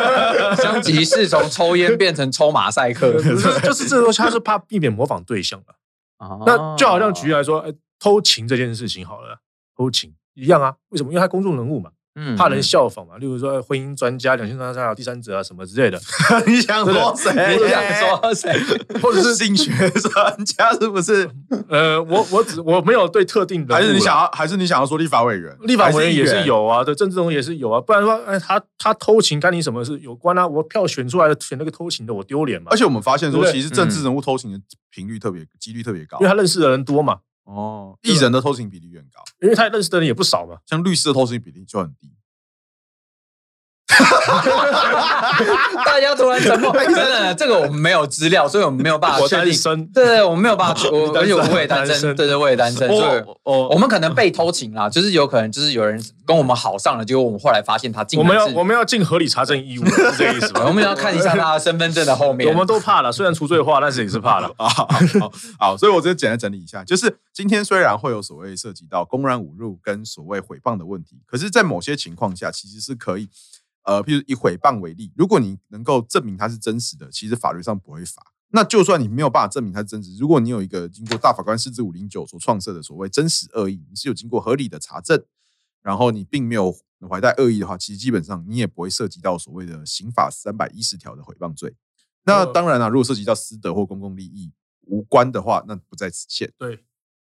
相吉是从抽烟变成抽马赛克就是就是这个东西，他是怕避免模仿对象了。啊 那就好像举例来说，哎，偷情这件事情好了，偷情一样啊，为什么？因为他公众人物嘛，嗯怕人效仿嘛。例如说，哎婚姻专家、两性专家、第三者啊什么之类的，你想说谁嗯你想说 谁？ 或者是性学专家是不 是？呃，我我只我没有对特定的，啊还是你想要？还是你想要说立法委员？立法委员也还是议有啊，对，政治人物也是有啊，不然的话，哎，他他偷情干你什么事有关啊？我票选出来的选那个偷情的，我丢脸嘛，而且我们发现对不说，对其实政治人物偷情的频率特别，几率特别高因为。他认识的人多嘛，哦，艺人的偷情比例远高，因为他认识的人也不少嘛，像律师的偷情比例就很低。 大家突然 沉默，哎真的，这个我们没有资料，所以我们没有办法我啊确单定。身，对对，我们没有 办法，我单而且身我也单单身，身对对，我也单身，所以哦我们可能被偷情啦，就是有可能就是有人跟我们好上了，结果我们后来发现他竟我然们要是我们要尽合理查证义务 啊，是这个意思吧？我们要看一下他的身份证的后面。 我们都怕了，虽然除罪化，但是也是怕了。啊， 好好好，所以我这简单整理一下，就是今天虽然会有所谓涉及到公然侮辱跟所谓诽谤的问题，可是，在某些情况下，其实是可以，呃，譬如以诽谤为例，如果你能够证明它是真实的，其实法律上不会罚。那就算你没有办法证明它是真实，如果你有一个经过大法官释字五零九所创设的所谓真实恶意，你是有经过合理的查证，然后你并没有怀带恶意的话，其实基本上你也不会涉及到所谓的刑法三百一十条的诽谤罪。那嗯当然啦、如果涉及到私德或公共利益无关的话，那不在此限。对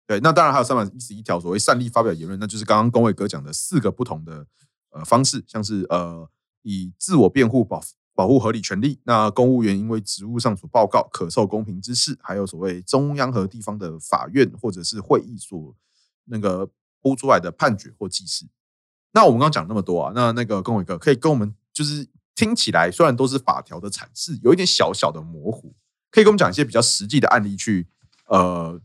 对，那当然还有三百一十一条所谓擅立发表言论，那就是刚刚龚伟哥讲的四个不同的呃方式，像是呃以自我辩护保保护合理权利，那公务员因为职务上所报告可受公平之事，还有所谓中央和地方的法院或者是会议所那个拨出来的判决或记事。那我们刚刚讲那么多啊，那那个龚伟哥可以跟我们就是听起来虽然都是法条的阐释，有一点小小的模糊，可以跟我们讲一些比较实际的案例去呃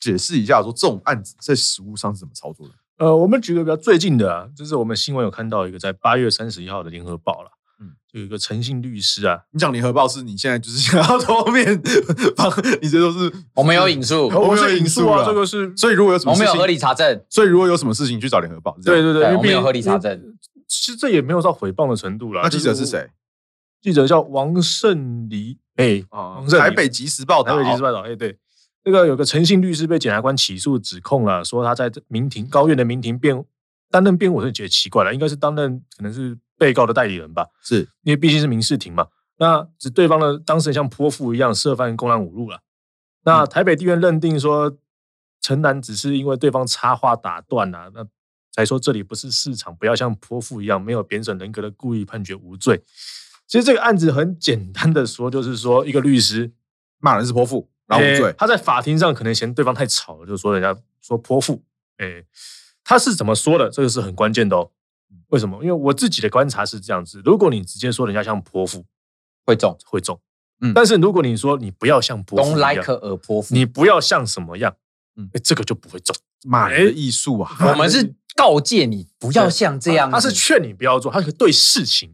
解释一下，说这种案子在实务上是怎么操作的？呃，我们举个比较最近的、啊，就是我们新闻有看到一个在八月三十一号的联合报了，嗯嗯，就有一个诚信律师啊，你讲联合报是你现在就是 想要后面帮，你这都是我们有引述，哦我们有是引述啊，了这个是所以如果有什么我事们情，有合理查证，所以如果有什么事情你去找联合报，是这对样，对对，对因为我们有毕竟合理查证。其实这也没有到诽谤的程度了。那记者就是谁？记者叫王胜黎，哎，啊王胜台黎北即时报道，台北刑事报道，哎，对，那个有个诚信律师被检察官起诉指控了，说他在民庭高院的民庭辩担任辩护，我是觉得奇怪了，应该是担任可能是被告的代理人吧，是因为毕竟是民事庭嘛。那指对方的当事人像泼妇一样涉犯公然侮辱了。那台北地院认定说，陈南只是因为对方插话打断了、那才说这里不是市场，不要像泼妇一样没有贬损人格的故意判决无罪。其实这个案子很简单的说，就是说一个律师骂人是泼妇，然后无诶罪，他在法庭上可能嫌对方太吵了，就说人家说泼妇。哎、他是怎么说的？这个是很关键的哦。为什么？因为我自己的观察是这样子：如果你直接说人家像泼妇，会中会中。嗯但是如果你说你不要像泼妇，Don't 一样 like a 泼妇，你不要像什么样，嗯诶这个就不会中。骂哎人的艺术啊， 我们是告诫你不要像这样子，他是劝你不要做，他是对事情，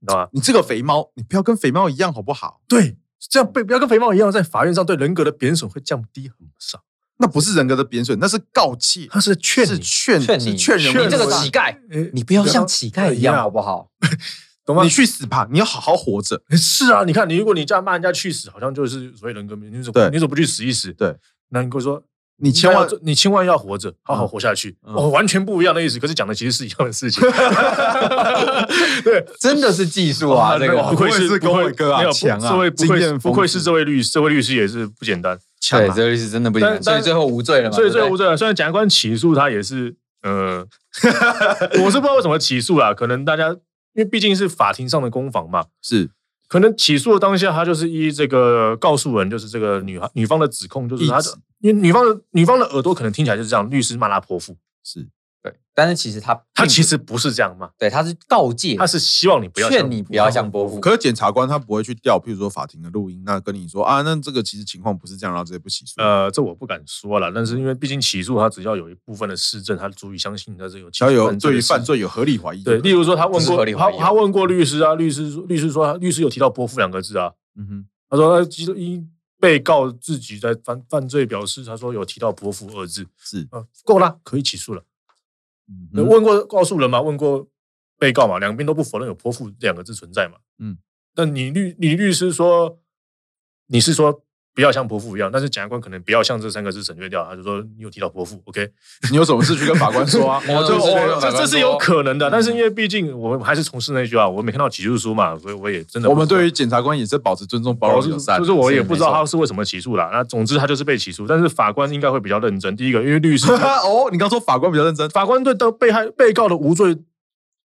你知道吗？你这个肥猫，你不要跟肥猫一样好不好？对，这样被不要跟肥猫一样，在法院上对人格的贬损会降低很少。那不是人格的贬损，那是告诫，他是 劝是你，劝劝是你劝人为你这个善乞丐，诶你不要像乞丐一样啊好不好？懂吗你？去死吧！你要好好活着。诶是啊，你看你如果你这样骂人家去死，好像就是所谓人格贬损，你怎么对你怎么不去死一死？对，那你跟我说。你千万那要你千万要活着，好好活下去。嗯哦，完全不一样的意思，可是讲的其实是一样的 事情。对，真的是技术啊，这哇不个愧不愧是不跟愧我哥啊没有强啊这位不经愧验丰富不愧是这位律师，这位律师也是不简单。强对，啊这个律师真的不简单，但所以最后无罪了嘛，所以对最不无对罪了。虽然检察官起诉他也是， 呃，我是不知道为什么起诉啦，可能大家因为毕竟是法庭上的攻防嘛，是可能起诉的当下他就是依这个告诉人，就是这个女孩女方的指控，就是他意志因为女方的女方的耳朵可能听起来就是这样，律师骂他泼妇，是，对，但是其实他他其实实不是这样骂，对他是告诫，他是希望你不要嗯劝你不要像泼伯妇。父，可是检察官他不会去调，譬如说法庭的录音，那跟你说啊，那这个其实情况不是这样，然后直接不起诉。呃，这我不敢说了，但是因为毕竟起诉他，只要有一部分的市政，他足以相信他是有只要有犯罪对的于事实犯罪有合理怀疑，对，例如说他问这是合过理他怀疑啊他问过律师啊，律师律师说律师有提到泼妇两个字啊，嗯哼，他说呃其实一被告自己在犯犯罪表示，他说有提到泼妇二字，是，呃，够啦，可以起诉了。嗯那哼， 问过告诉人嘛，问过被告嘛，两边都不否认有泼妇两个字存在嘛。嗯，但你律你律师说你是说不要像泼妇一样，但是检察官可能不要像这三个字省略掉，他就说你有提到泼妇，OK，你有什么事去跟法官说啊？没有我这就对是对 我这对这是有可能的，嗯但是因为毕竟我还是从事那句话，我没看到起诉书嘛，所以我也真的我们对于于检察官也是保持尊重、包保容、友善，哦就是我也不知道是他是为什么起诉啦。那总之他就是被起诉，但是法官应该会比较认真。第一个，因为律师 没错哦，你刚说法官比较认真，法官对被害被告的无罪，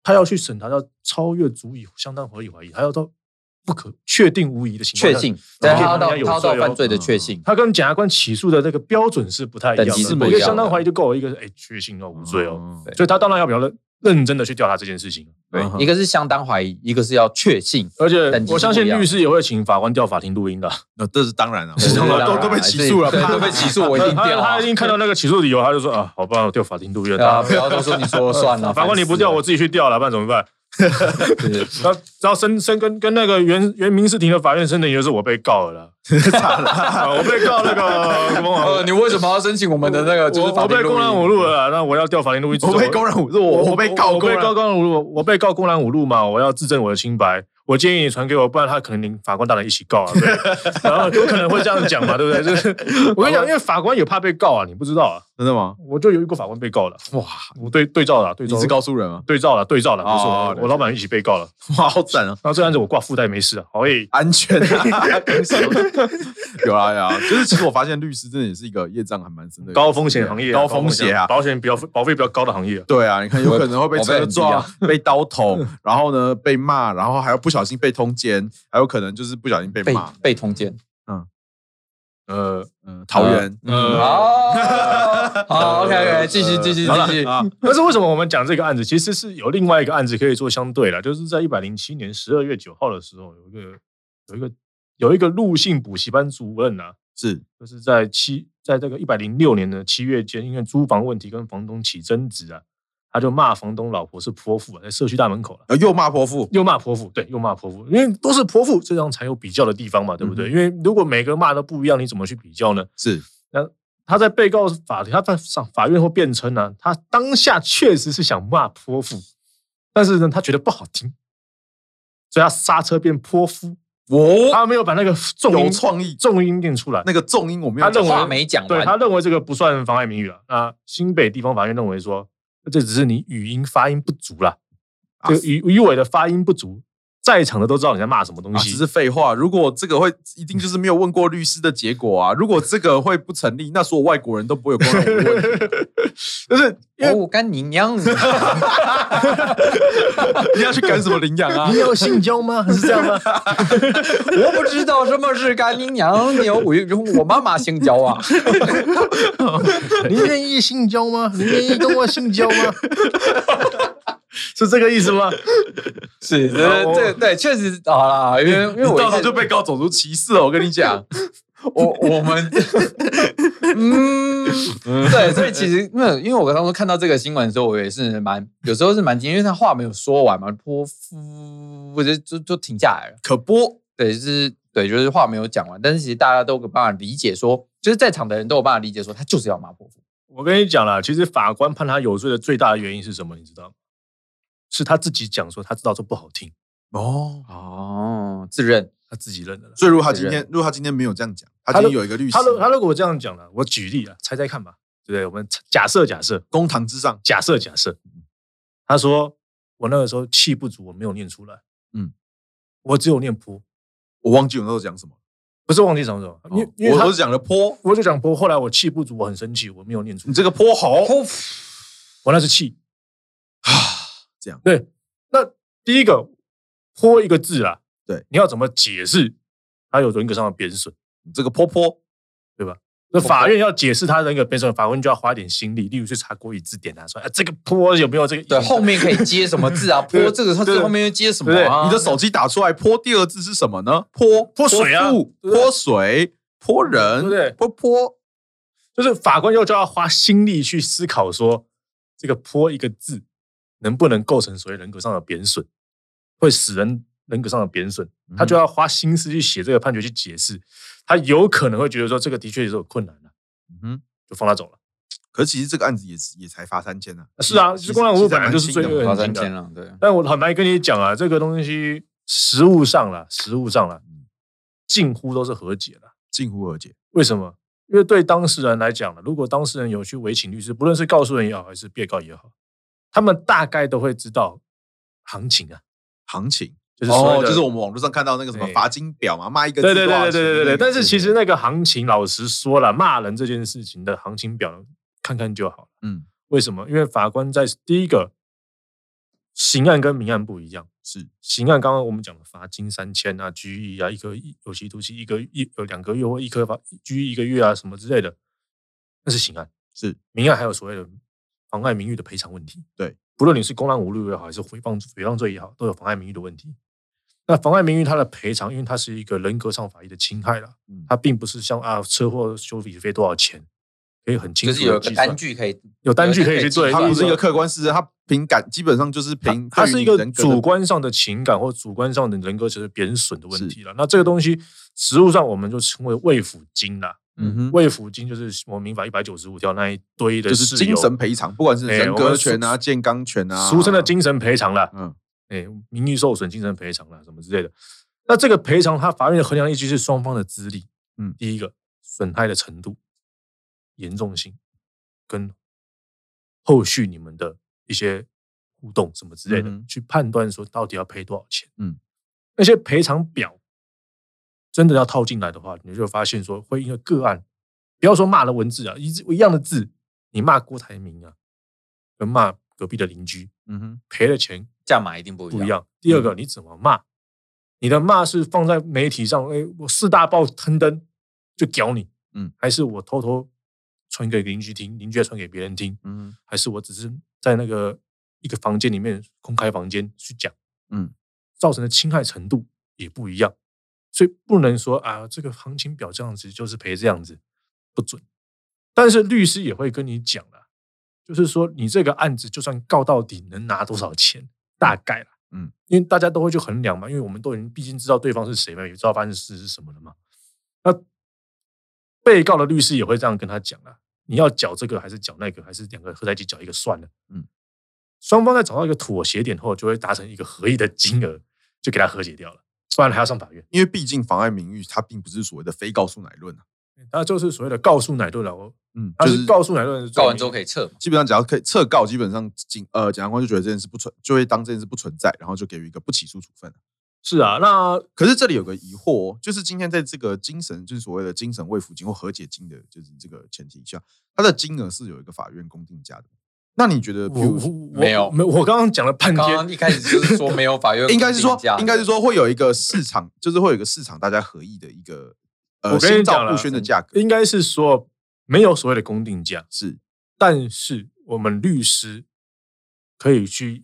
他要去审查到超越足以相当合理怀疑，还要到不可确定无疑的情况确下。信，对，他要到人家他有要罪到哦犯罪的确信，他跟检察官起诉的这个标准是不太一样的，等级是不一一样的个相当怀疑就够了，一个是哎确信哦无罪哦，嗯对所以他当然要比较认认真的去调查这件事情。对嗯，哼一个是相当怀疑，一个是要确信，而且等级我相信不一样律师也会请法官调法庭录音的，那这是当然 了，是我当然都都被起诉了，对，怕都被起诉，我一定他掉啊他已经看到那个起诉理由，他就说啊，好吧，我调法庭录音啊！啊，不要都说你说了算啊了，法官你不调，我自己去调了，不然怎么办？烦死了 然后然后申申跟跟那个原原民事庭的法院申的理由是我被告 了啦，啊我被告那个公呃，然你为什么要申请我们的那个？就是我法我庭被公然录音侮辱了啦，那我要调法庭录音，我被公然侮辱，我我被告我公被然告公然侮辱，我被告公然侮辱嘛，我要自证我的清白。我建议你传给我，不然他可能连法官大人一起告啊，对， 然后有可能会这样讲嘛，对不对？就是我跟你讲，因为法官也怕被告啊，你不知道啊，真的吗？我就有一个法官被告了，哇，我对对照了，对你照是告诉人吗？ 对照了，对照了，不是哦了我解我老板一起被告了，哇，好赞啊！然后这案子我挂附带没事啊，好诶，安全啊，平手的有啊有啊，就是其实我发现律师真的也是一个业障还蛮深的高风险行业啊，高风险啊。保险比较保费比较高的行业啊，对啊，你看有可能会被我被车撞我、 被刀捅，然后呢被骂，然后还要不小心被通奸，还有可能就是不小心被被骂。被通奸，呃，嗯，桃园，嗯， 嗯呃好，哦好，OK OK，继续继续好了继续，啊但是为什么我们讲这个案子，其实是有另外一个案子可以做相对了，就是在一百零七年十二月九号的时候，有一个有一个有一个陆姓补习班主任啊，是就是在七在这个一百零六年的七月间，因为租房问题跟房东起争执啊，他就骂房东老婆是泼妇、啊，在社区大门口了、呃又骂泼妇，又骂泼妇，对，又骂泼妇，因为都是泼妇，这样才有比较的地方嘛，对嗯不对？因为如果每个骂都不一样，你怎么去比较呢？是他在被告法庭，他在上法院后辩称呢、他当下确实是想骂泼妇，但是呢，他觉得不好听，所以他刹车变泼夫，我他没有把那个重音有创意，重音念出来。那个重音我没他有认讲，为话没讲对他完，认为这个不算妨碍名誉了。啊那新北地方法院认为说，这只是你语音发音不足啦，啊这个语语尾的发音不足，在场的都知道你在骂什么东啊西。只是废话。如果这个会一定就是没有问过律师的结果啊，如果这个会不成立，那所有外国人都不会有公然侮辱问题。就是因为哦，干你娘！你要去赶什么领养啊 你？有性交吗？是这样 吗？我不知道什么是干你娘，你我我妈妈姓焦啊，您愿意性交吗？您愿意跟我性交吗？ 是这个意思吗？是，这这对，确实好啦，因为因为你我到时候一直就被告种族歧视了，我跟你讲。我我 们，嗯，对，所以其实那因为我当初看到这个新闻的时候，我也是蛮有时候是蛮惊，因为他话没有说完嘛，泼妇我就就就停下来了。可播，对，就是对，就是话没有讲完，但是其实大家都有办法理解说，就是在场的人都有办法理解说，他就是要骂泼妇。 我跟你讲啦，其实法官判他有罪的最大的原因是什么？你知道吗？是他自己讲说他知道这不好听，哦，哦，自认他自己认的了。所以如果他今天，如果他今天没有这样讲，他他今天都有一个律师他，如他如果这样讲了，我举例啊，猜猜看吧，对不对？我们假设假设公堂之上，假设假设，他说我那个时候气不足，我没有念出来，嗯，我只有念坡，我忘记我那时候讲什么了。不是忘记什么什么，因为因为我他我是讲的泼，哦我就讲坡，后来我气不足，我很生气，我没有念出嗯你来，这个泼猴泼我那是气，啊，这样对，那第一个泼一个字啊，对，你要怎么解释它有人格上的贬损？你这个泼泼，那法院要解释它人格贬损，法官就要花一点心力，例如去查国语字典拿出来，啊，这个泼有没有这个意思？对，后面可以接什么 字啊？对泼这个它对最后面又接什么对啊？你的手机打出来泼第二字是什么呢？泼泼水啊妇对不对泼水，泼人，对不对泼泼，就是法官又就要花心力去思考说，这个泼一个字能不能构成所谓人格上的贬损，会使人人格上的贬损，嗯他就要花心思去写这个判决去解释，他有可能会觉得说这个的确是有困难的、嗯哼。就放他走了。可是其实这个案子也是也才罚三千啊。是啊其是实公然侮辱本来就是其实还蛮轻罪恶的嘛花很三简单千了，对，但我坦白跟你讲啊，这个东西实物上了，实物上了，嗯近乎都是和解了。近乎和解。为什么？因为对当事人来讲了，如果当事人有去委请律师，不论是告诉人也好，还是被告也好，他们大概都会知道行情啊，行情哦就是所谓的哦就是我们网络上看到那个什么对罚金表嘛，骂一个字对对多少对对钱对对对那对。个但是其实那个行情，老实说了，骂人这件事情的行情表看看就好了。嗯为什么？因为法官在第一个刑案跟民案不一样。是刑案刚刚我们讲的罚金三千啊、拘役啊、一个有期徒刑一个一有两个月或一颗罚拘役一个月啊什么之类的，那是刑案。是民案还有所谓的妨碍名誉的赔偿问题。对，不论你是公然侮辱也好，还是诽谤诽谤罪也好，都有妨碍名誉的问题。那妨碍名誉它的赔偿，因为它是一个人格上法益的侵害了，嗯它并不是像啊车祸修理费多少钱，可以很清就楚是有的一个计算单，据可以，有单据可以去对，它例不如是一说个客观事实，它凭感基本上就是凭它对于是一你个人格的主观上的情感或主观上的人格其实贬损的问是题了。那这个东西，实物上我们就称为慰抚金啦。嗯哼慰抚金就是我们民法一百九十五条那一堆的就事是由精神赔偿，不管是哎人我们格俗权啊、健康权啊，俗称的精神赔偿啦，嗯哎，名誉受损、精神赔偿啦，什么之类的。那这个赔偿，它法院的衡量依据是双方的资历，嗯第一个损害的程度、严重性，跟后续你们的一些互动什么之类的，嗯哼去判断说到底要赔多少钱。嗯，那些赔偿表真的要套进来的话，你就发现说会因为个案，不要说骂了文字啊，一字一样的字，你骂郭台铭啊，跟骂隔壁的邻居嗯哼赔了钱价码一定不一不一样。嗯样。第二个，你怎么骂？你的骂是放在媒体上，哎，我四大报刊登就屌你，嗯，还是我偷偷传给邻居听，邻居再传给别人听，嗯哼还是我只是在那个一个房间里面公开房间去讲，嗯，造成的侵害程度也不一样，所以不能说啊，这个行情表这样子就是赔这样子，不准。但是律师也会跟你讲了，就是说你这个案子就算告到底能拿多少钱，大概啦，嗯，因为大家都会去衡量嘛，因为我们都已经毕竟知道对方是谁嘛，也知道发生的事是什么了嘛。那被告的律师也会这样跟他讲啊，你要缴这个还是缴那个，还是两个合在一起缴一个算了。嗯，双方在找到一个妥协点后，就会达成一个合意的金额，就给他和解掉了，不然还要上法院。因为毕竟妨碍名誉，它并不是所谓的非告诉乃论啊，那就是所谓的告诉乃顿了，我嗯，他就是告诉乃顿的罪名，告完之后可以撤嘛？基本上只要可以撤告，基本上警呃检察官就觉得这件事不存，就会当这件事不存在，然后就给予一个不起诉处分。是啊，那可是这里有个疑惑、哦，就是今天在这个精神，就是所谓的精神慰抚金或和解金的，就是这个前提下，它的金额是有一个法院公定价的。那你觉得，比我如我没有没我刚刚讲了半刚刚天，一开始就是说没 有法院应该是说定价，应该是说会有一个市场，就是会有一个市场大家合意的一个呃我跟心你讲照了嗯不宣的价格，应该是说没有所谓的公定价，是但是我们律师可以去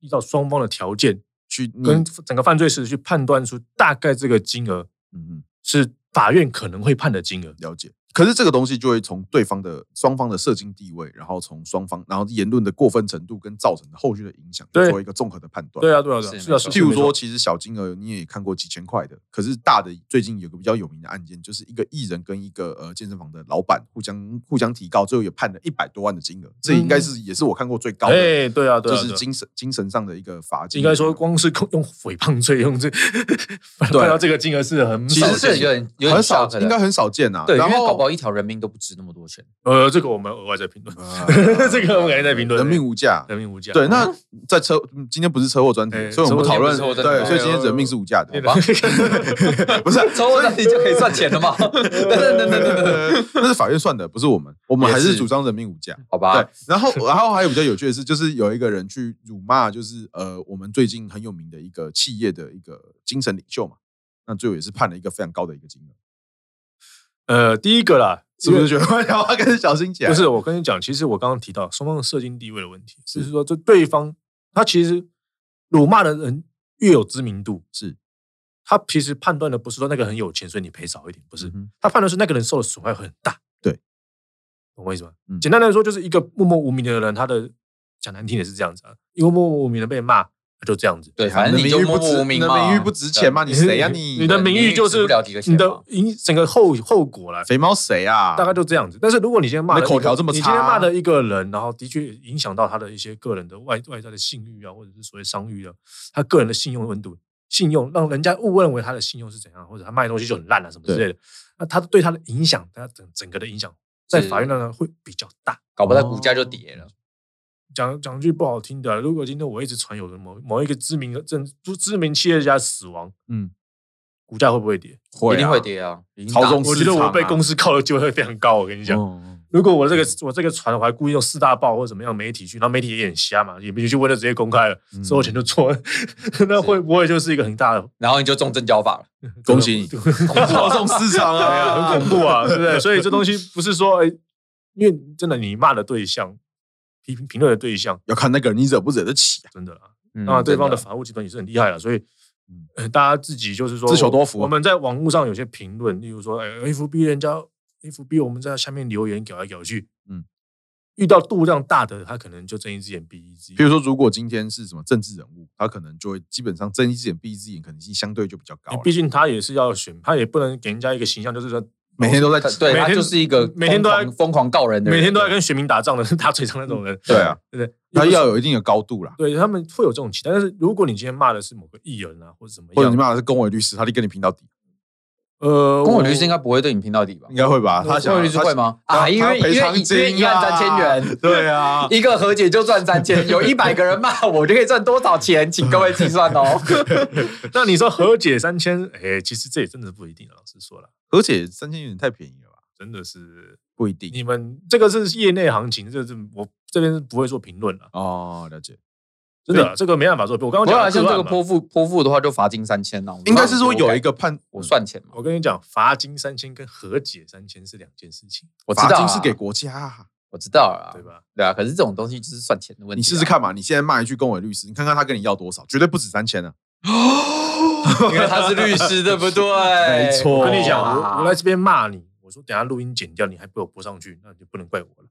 依照双方的条件，去你跟整个犯罪事实去判断出大概这个金额嗯嗯是法院可能会判的金额，了解可是这个东西就会从对方的双方的社经地位，然后从双方，然后言论的过分程度跟造成的后续的影响，对做一个综合的判断。对啊，对啊，对啊，是是啊，没错譬譬如说，，其实小金额你也看过几千块的，可是大的最近有个比较有名的案件，就是一个艺人跟一个呃健身房的老板互相互相提告，最后也判了一百多万的金额，这应该是也是我看过最高的，哎，嗯对啊，对就啊，是对啊精神精神上的一个罚金。啊应该说，光是控用诽谤罪用这，对办到这个金额是很其少实见其实是有点有点很少 shock 的，应该很少见啊。对，因然为搞后不好一条人命都不值那么多钱。 呃，这个我们额外再评论，呃这个我们改天再评论人命无价。人命无价。对，那在车嗯今天不是车祸专题哎，所以我们车祸讨论今天不是车祸专对，题所以今天人命是无价的， 对好吧？不 是，抽问题就可以算钱 了吗？等等等等等等，那是法院算的，不是我们，我们还也是是主张人命无价。 好啊吧对，，然后然后还有比较有趣的是，就是有一个人去辱骂，就是呃，我们最近很有名的一个企业的一个精神领袖嘛，那最后也是判了一个非常高的一个金额， 呃，第一个啦，是不是觉得 要开始小心起来？不是，我跟你讲，其实我刚刚提到双方的社经地位的问题，就是说，这对方他其实辱骂的人越有知名度，是他其实判断的不是说那个很有钱，所以你赔少一点，不是，嗯哼他判断是那个人受的损害很大。对，懂我意思吗？嗯简单来说，就是一个默默无名的人，他的讲难听也是这样子啊，因为默默无名的被骂，他就这样子。对，反正你你的就啊名誉默不默值，无你名的嘛，名誉不值钱嘛，对你谁呀你？你的名誉就你是也值不了几个钱你的嘛影整个后后果啦，肥猫谁啊？大概就这样子。但是如果你今天骂那了一口个条这么你差今天骂了一个人，然后的确影响到他的一些个人的外外在的信誉啊，或者是所谓商誉啊，他个人的信用温度、信用，让人家误认为他的信用是怎样，或者他卖东西就很烂啊什么之类的。那他对他的影响，他整整个的影响，在是法院上会比较大。搞哦不到股价就跌了。讲讲句不好听的，啊如果今天我一直传有的某某一个知名的政知名企业家死亡，嗯，股价会不会跌？会啊一定会跌啊！操纵我市觉得我场被啊公司靠的机会会非常高。我跟你讲，嗯如果我这个我这个传，我还故意用四大报或者怎么样媒体去，然后媒体也很瞎嘛，也不去为了直接公开了，收了钱就做了， 那会不会就是一个很大的然后你就重症交 法了。恭喜你操纵市场对啊，啊，很恐怖啊，对不对？所以这东西不是说，哎，因为真的你骂的对象，批评评论的对象，要看那个人你惹不惹得起啊？真的啦，嗯那对方的真法务集团也是很厉害啊了，所以。呃大家自己就是说嗯自求多福啊我们在网络上有些评论，例如说，哎，FB 人家 FB 我们在下面留言搞来搞去，嗯嗯，遇到度量大的，他可能就睁一只眼闭一只眼。比如说，如果今天是什么政治人物，他可能就会基本上睁一只眼闭一只眼，可能性相对就比较高欸了。毕竟他也是要选，他也不能给人家一个形象，就是说每天都在啊的对每他天就是一个每天都在疯狂疯狂告人的人，每天都在跟选民打仗的， 是打嘴仗那种人。对啊，对不对？他又不是要有一定的高度啦。对他们会有这种期待，但是如果你今天骂的是某个艺人啊，或者怎么或者你样，骂的是公委律师，他就跟你拼到底，呃，公我律师应该不会对你拼到底吧应？该会吧？他想公我律师会？吗？他啊，因为他因赔为偿一因为金一案三千元，对啊，一个和解就赚三千，有一百个人骂我就可以赚多少钱，请各位计算哦。 那你说和解三千，哎，其实这也真的不一定啊。老实说了，而且三千有点太便宜了吧？真的是不一定你们这个是业内行情，这是我这边是不会做评论了，哦，了解。真的啊这个没办法做。我刚刚不讲然啊的像个这案个嘛泼妇泼妇的话，就罚金三千呢。应该是说有一个判，我算钱嘛，我跟你讲，罚金三千跟和解三千是两件事情，我知罚道金啊是给国家啊。我知道啊，对吧？对啊，可是这种东西就是算钱的问题。啊你试试，看嘛，你现在骂一句公委律师，你看看他跟你要多少，绝对不止三千 啊。嗯因为他是律师，对不对？哦没错我跟你讲，哇我我来这边骂你，我说等下录音剪掉，你还被我播上去，那你就不能怪我了，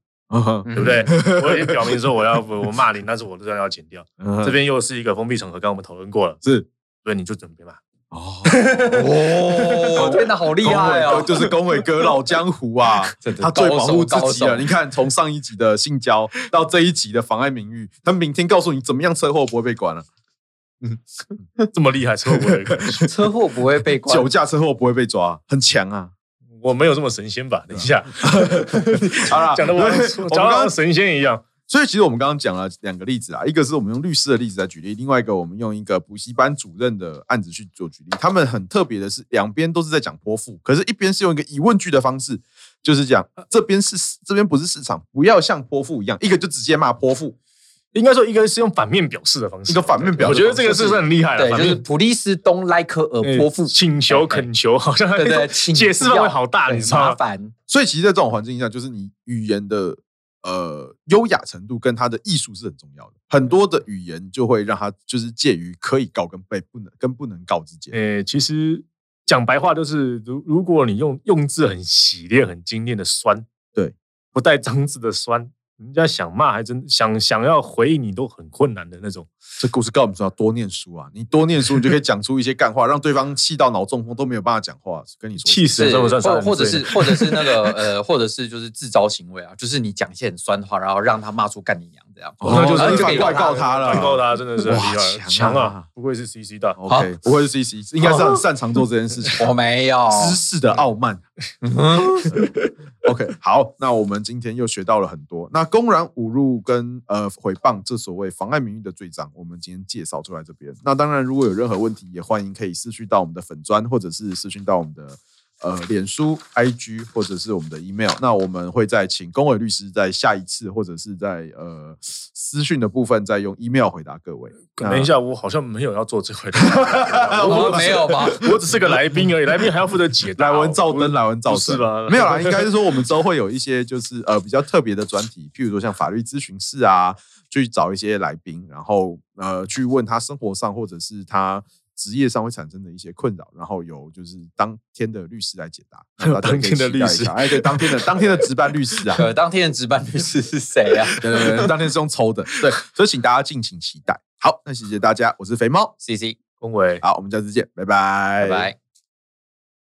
嗯对嗯不对？ 我已经表明说我要我我骂你，但是我当然要剪掉。这这边又是一个封闭场合，刚刚我们讨论过了，嗯是所以你就准备嘛。哦 哦，天哪，好厉害公哦！伟哥就是公伟哥老江湖啊， 真的他最保护自高己手高了。手你看，从上一集的性交到这一集的妨碍名誉，他明天告诉你怎么样车祸不会被关了， 这么厉害，车祸的，车祸不会被关酒，驾车祸不会被抓，很强啊！ 我没有这么神仙吧？等一下，好啦，讲的我对好像啊我们讲的刚好像刚，神仙一样。所以其实我们刚刚讲了两个例子啊，一个是我们用律师的例子来举例，另外一个我们用一个补习班主任的案子去做举例。他们很特别的是，两边都是在讲泼妇，可是一边是用一个疑问句的方式。就是讲，呃这边是这边不是市场，不要像泼妇一样，一个就直接骂泼 妇，应该说，一个是用反面表示的方式，一个反 面表示我觉得这个是很厉害的，对，反就是面普利斯东莱克尔哎泼妇，请求、恳求，好像 对对，请解释范围好大，不要你知道麻吗？烦，所以其实，在这种环境下，就是你语言的呃优雅程度跟它的艺术是很重要的。很多的语言就会让它就是介于可以告跟被不能跟不能告之间。诶、其实讲白话就是，如如果你用用字很洗练、很精炼的酸，对，不带脏字的酸，人家想骂还真想想要回应你都很困难的那种。这故事告诉我们说要多念书啊，你多念书，你就可以讲出一些干话，让对方气到脑中风都没有办法讲话。跟你说，气死人算不算或酸？或者是或者是那个呃，或者是就是自招行为啊，就是你讲一些很酸的话，然后让他骂出干你娘这样。哦那就是然后就可反以过来告骂他了，蛋糕啦，真的是哇厉害，强啊强啊！不愧是 CC 大， OK，不会是 CC，应该是很擅长做这件事情。 我没有，知识的傲慢。OK，好，那我们今天又学到了很多。那公然侮辱跟呃诽谤，这所谓妨碍名誉的罪章，我们今天介绍就在这边。那当然，如果有任何问题，也欢迎可以私讯到我们的粉砖，或者是私讯到我们的。呃，脸书、IG 或者是我们的 email，那我们会再请公委律师在下一次或者是在呃私讯的部分再用 email 回答各位。等一下，我好像没有要做这 回答，我啊哦没有吧？我只是个来宾而已，来宾还要负责解答。来文照灯，来文照不是吧 没有啦，应该是说我们之后会有一些就是呃比较特别的专题，譬如说像法律咨询室啊，去找一些来宾，然后呃去问他生活上或者是他职业上会产生的一些困扰，然后由就是当天的律师来解答。那大家可以 当天期待一的律师下哎，对，当天的当天的值班律 师啊，可当天的值班律师是谁啊 对对对，当天是用抽的，对，所以请大家敬请期待。好，那谢谢大家，我是肥猫， ？C C，恭维。好，我们下次见，拜拜，拜拜。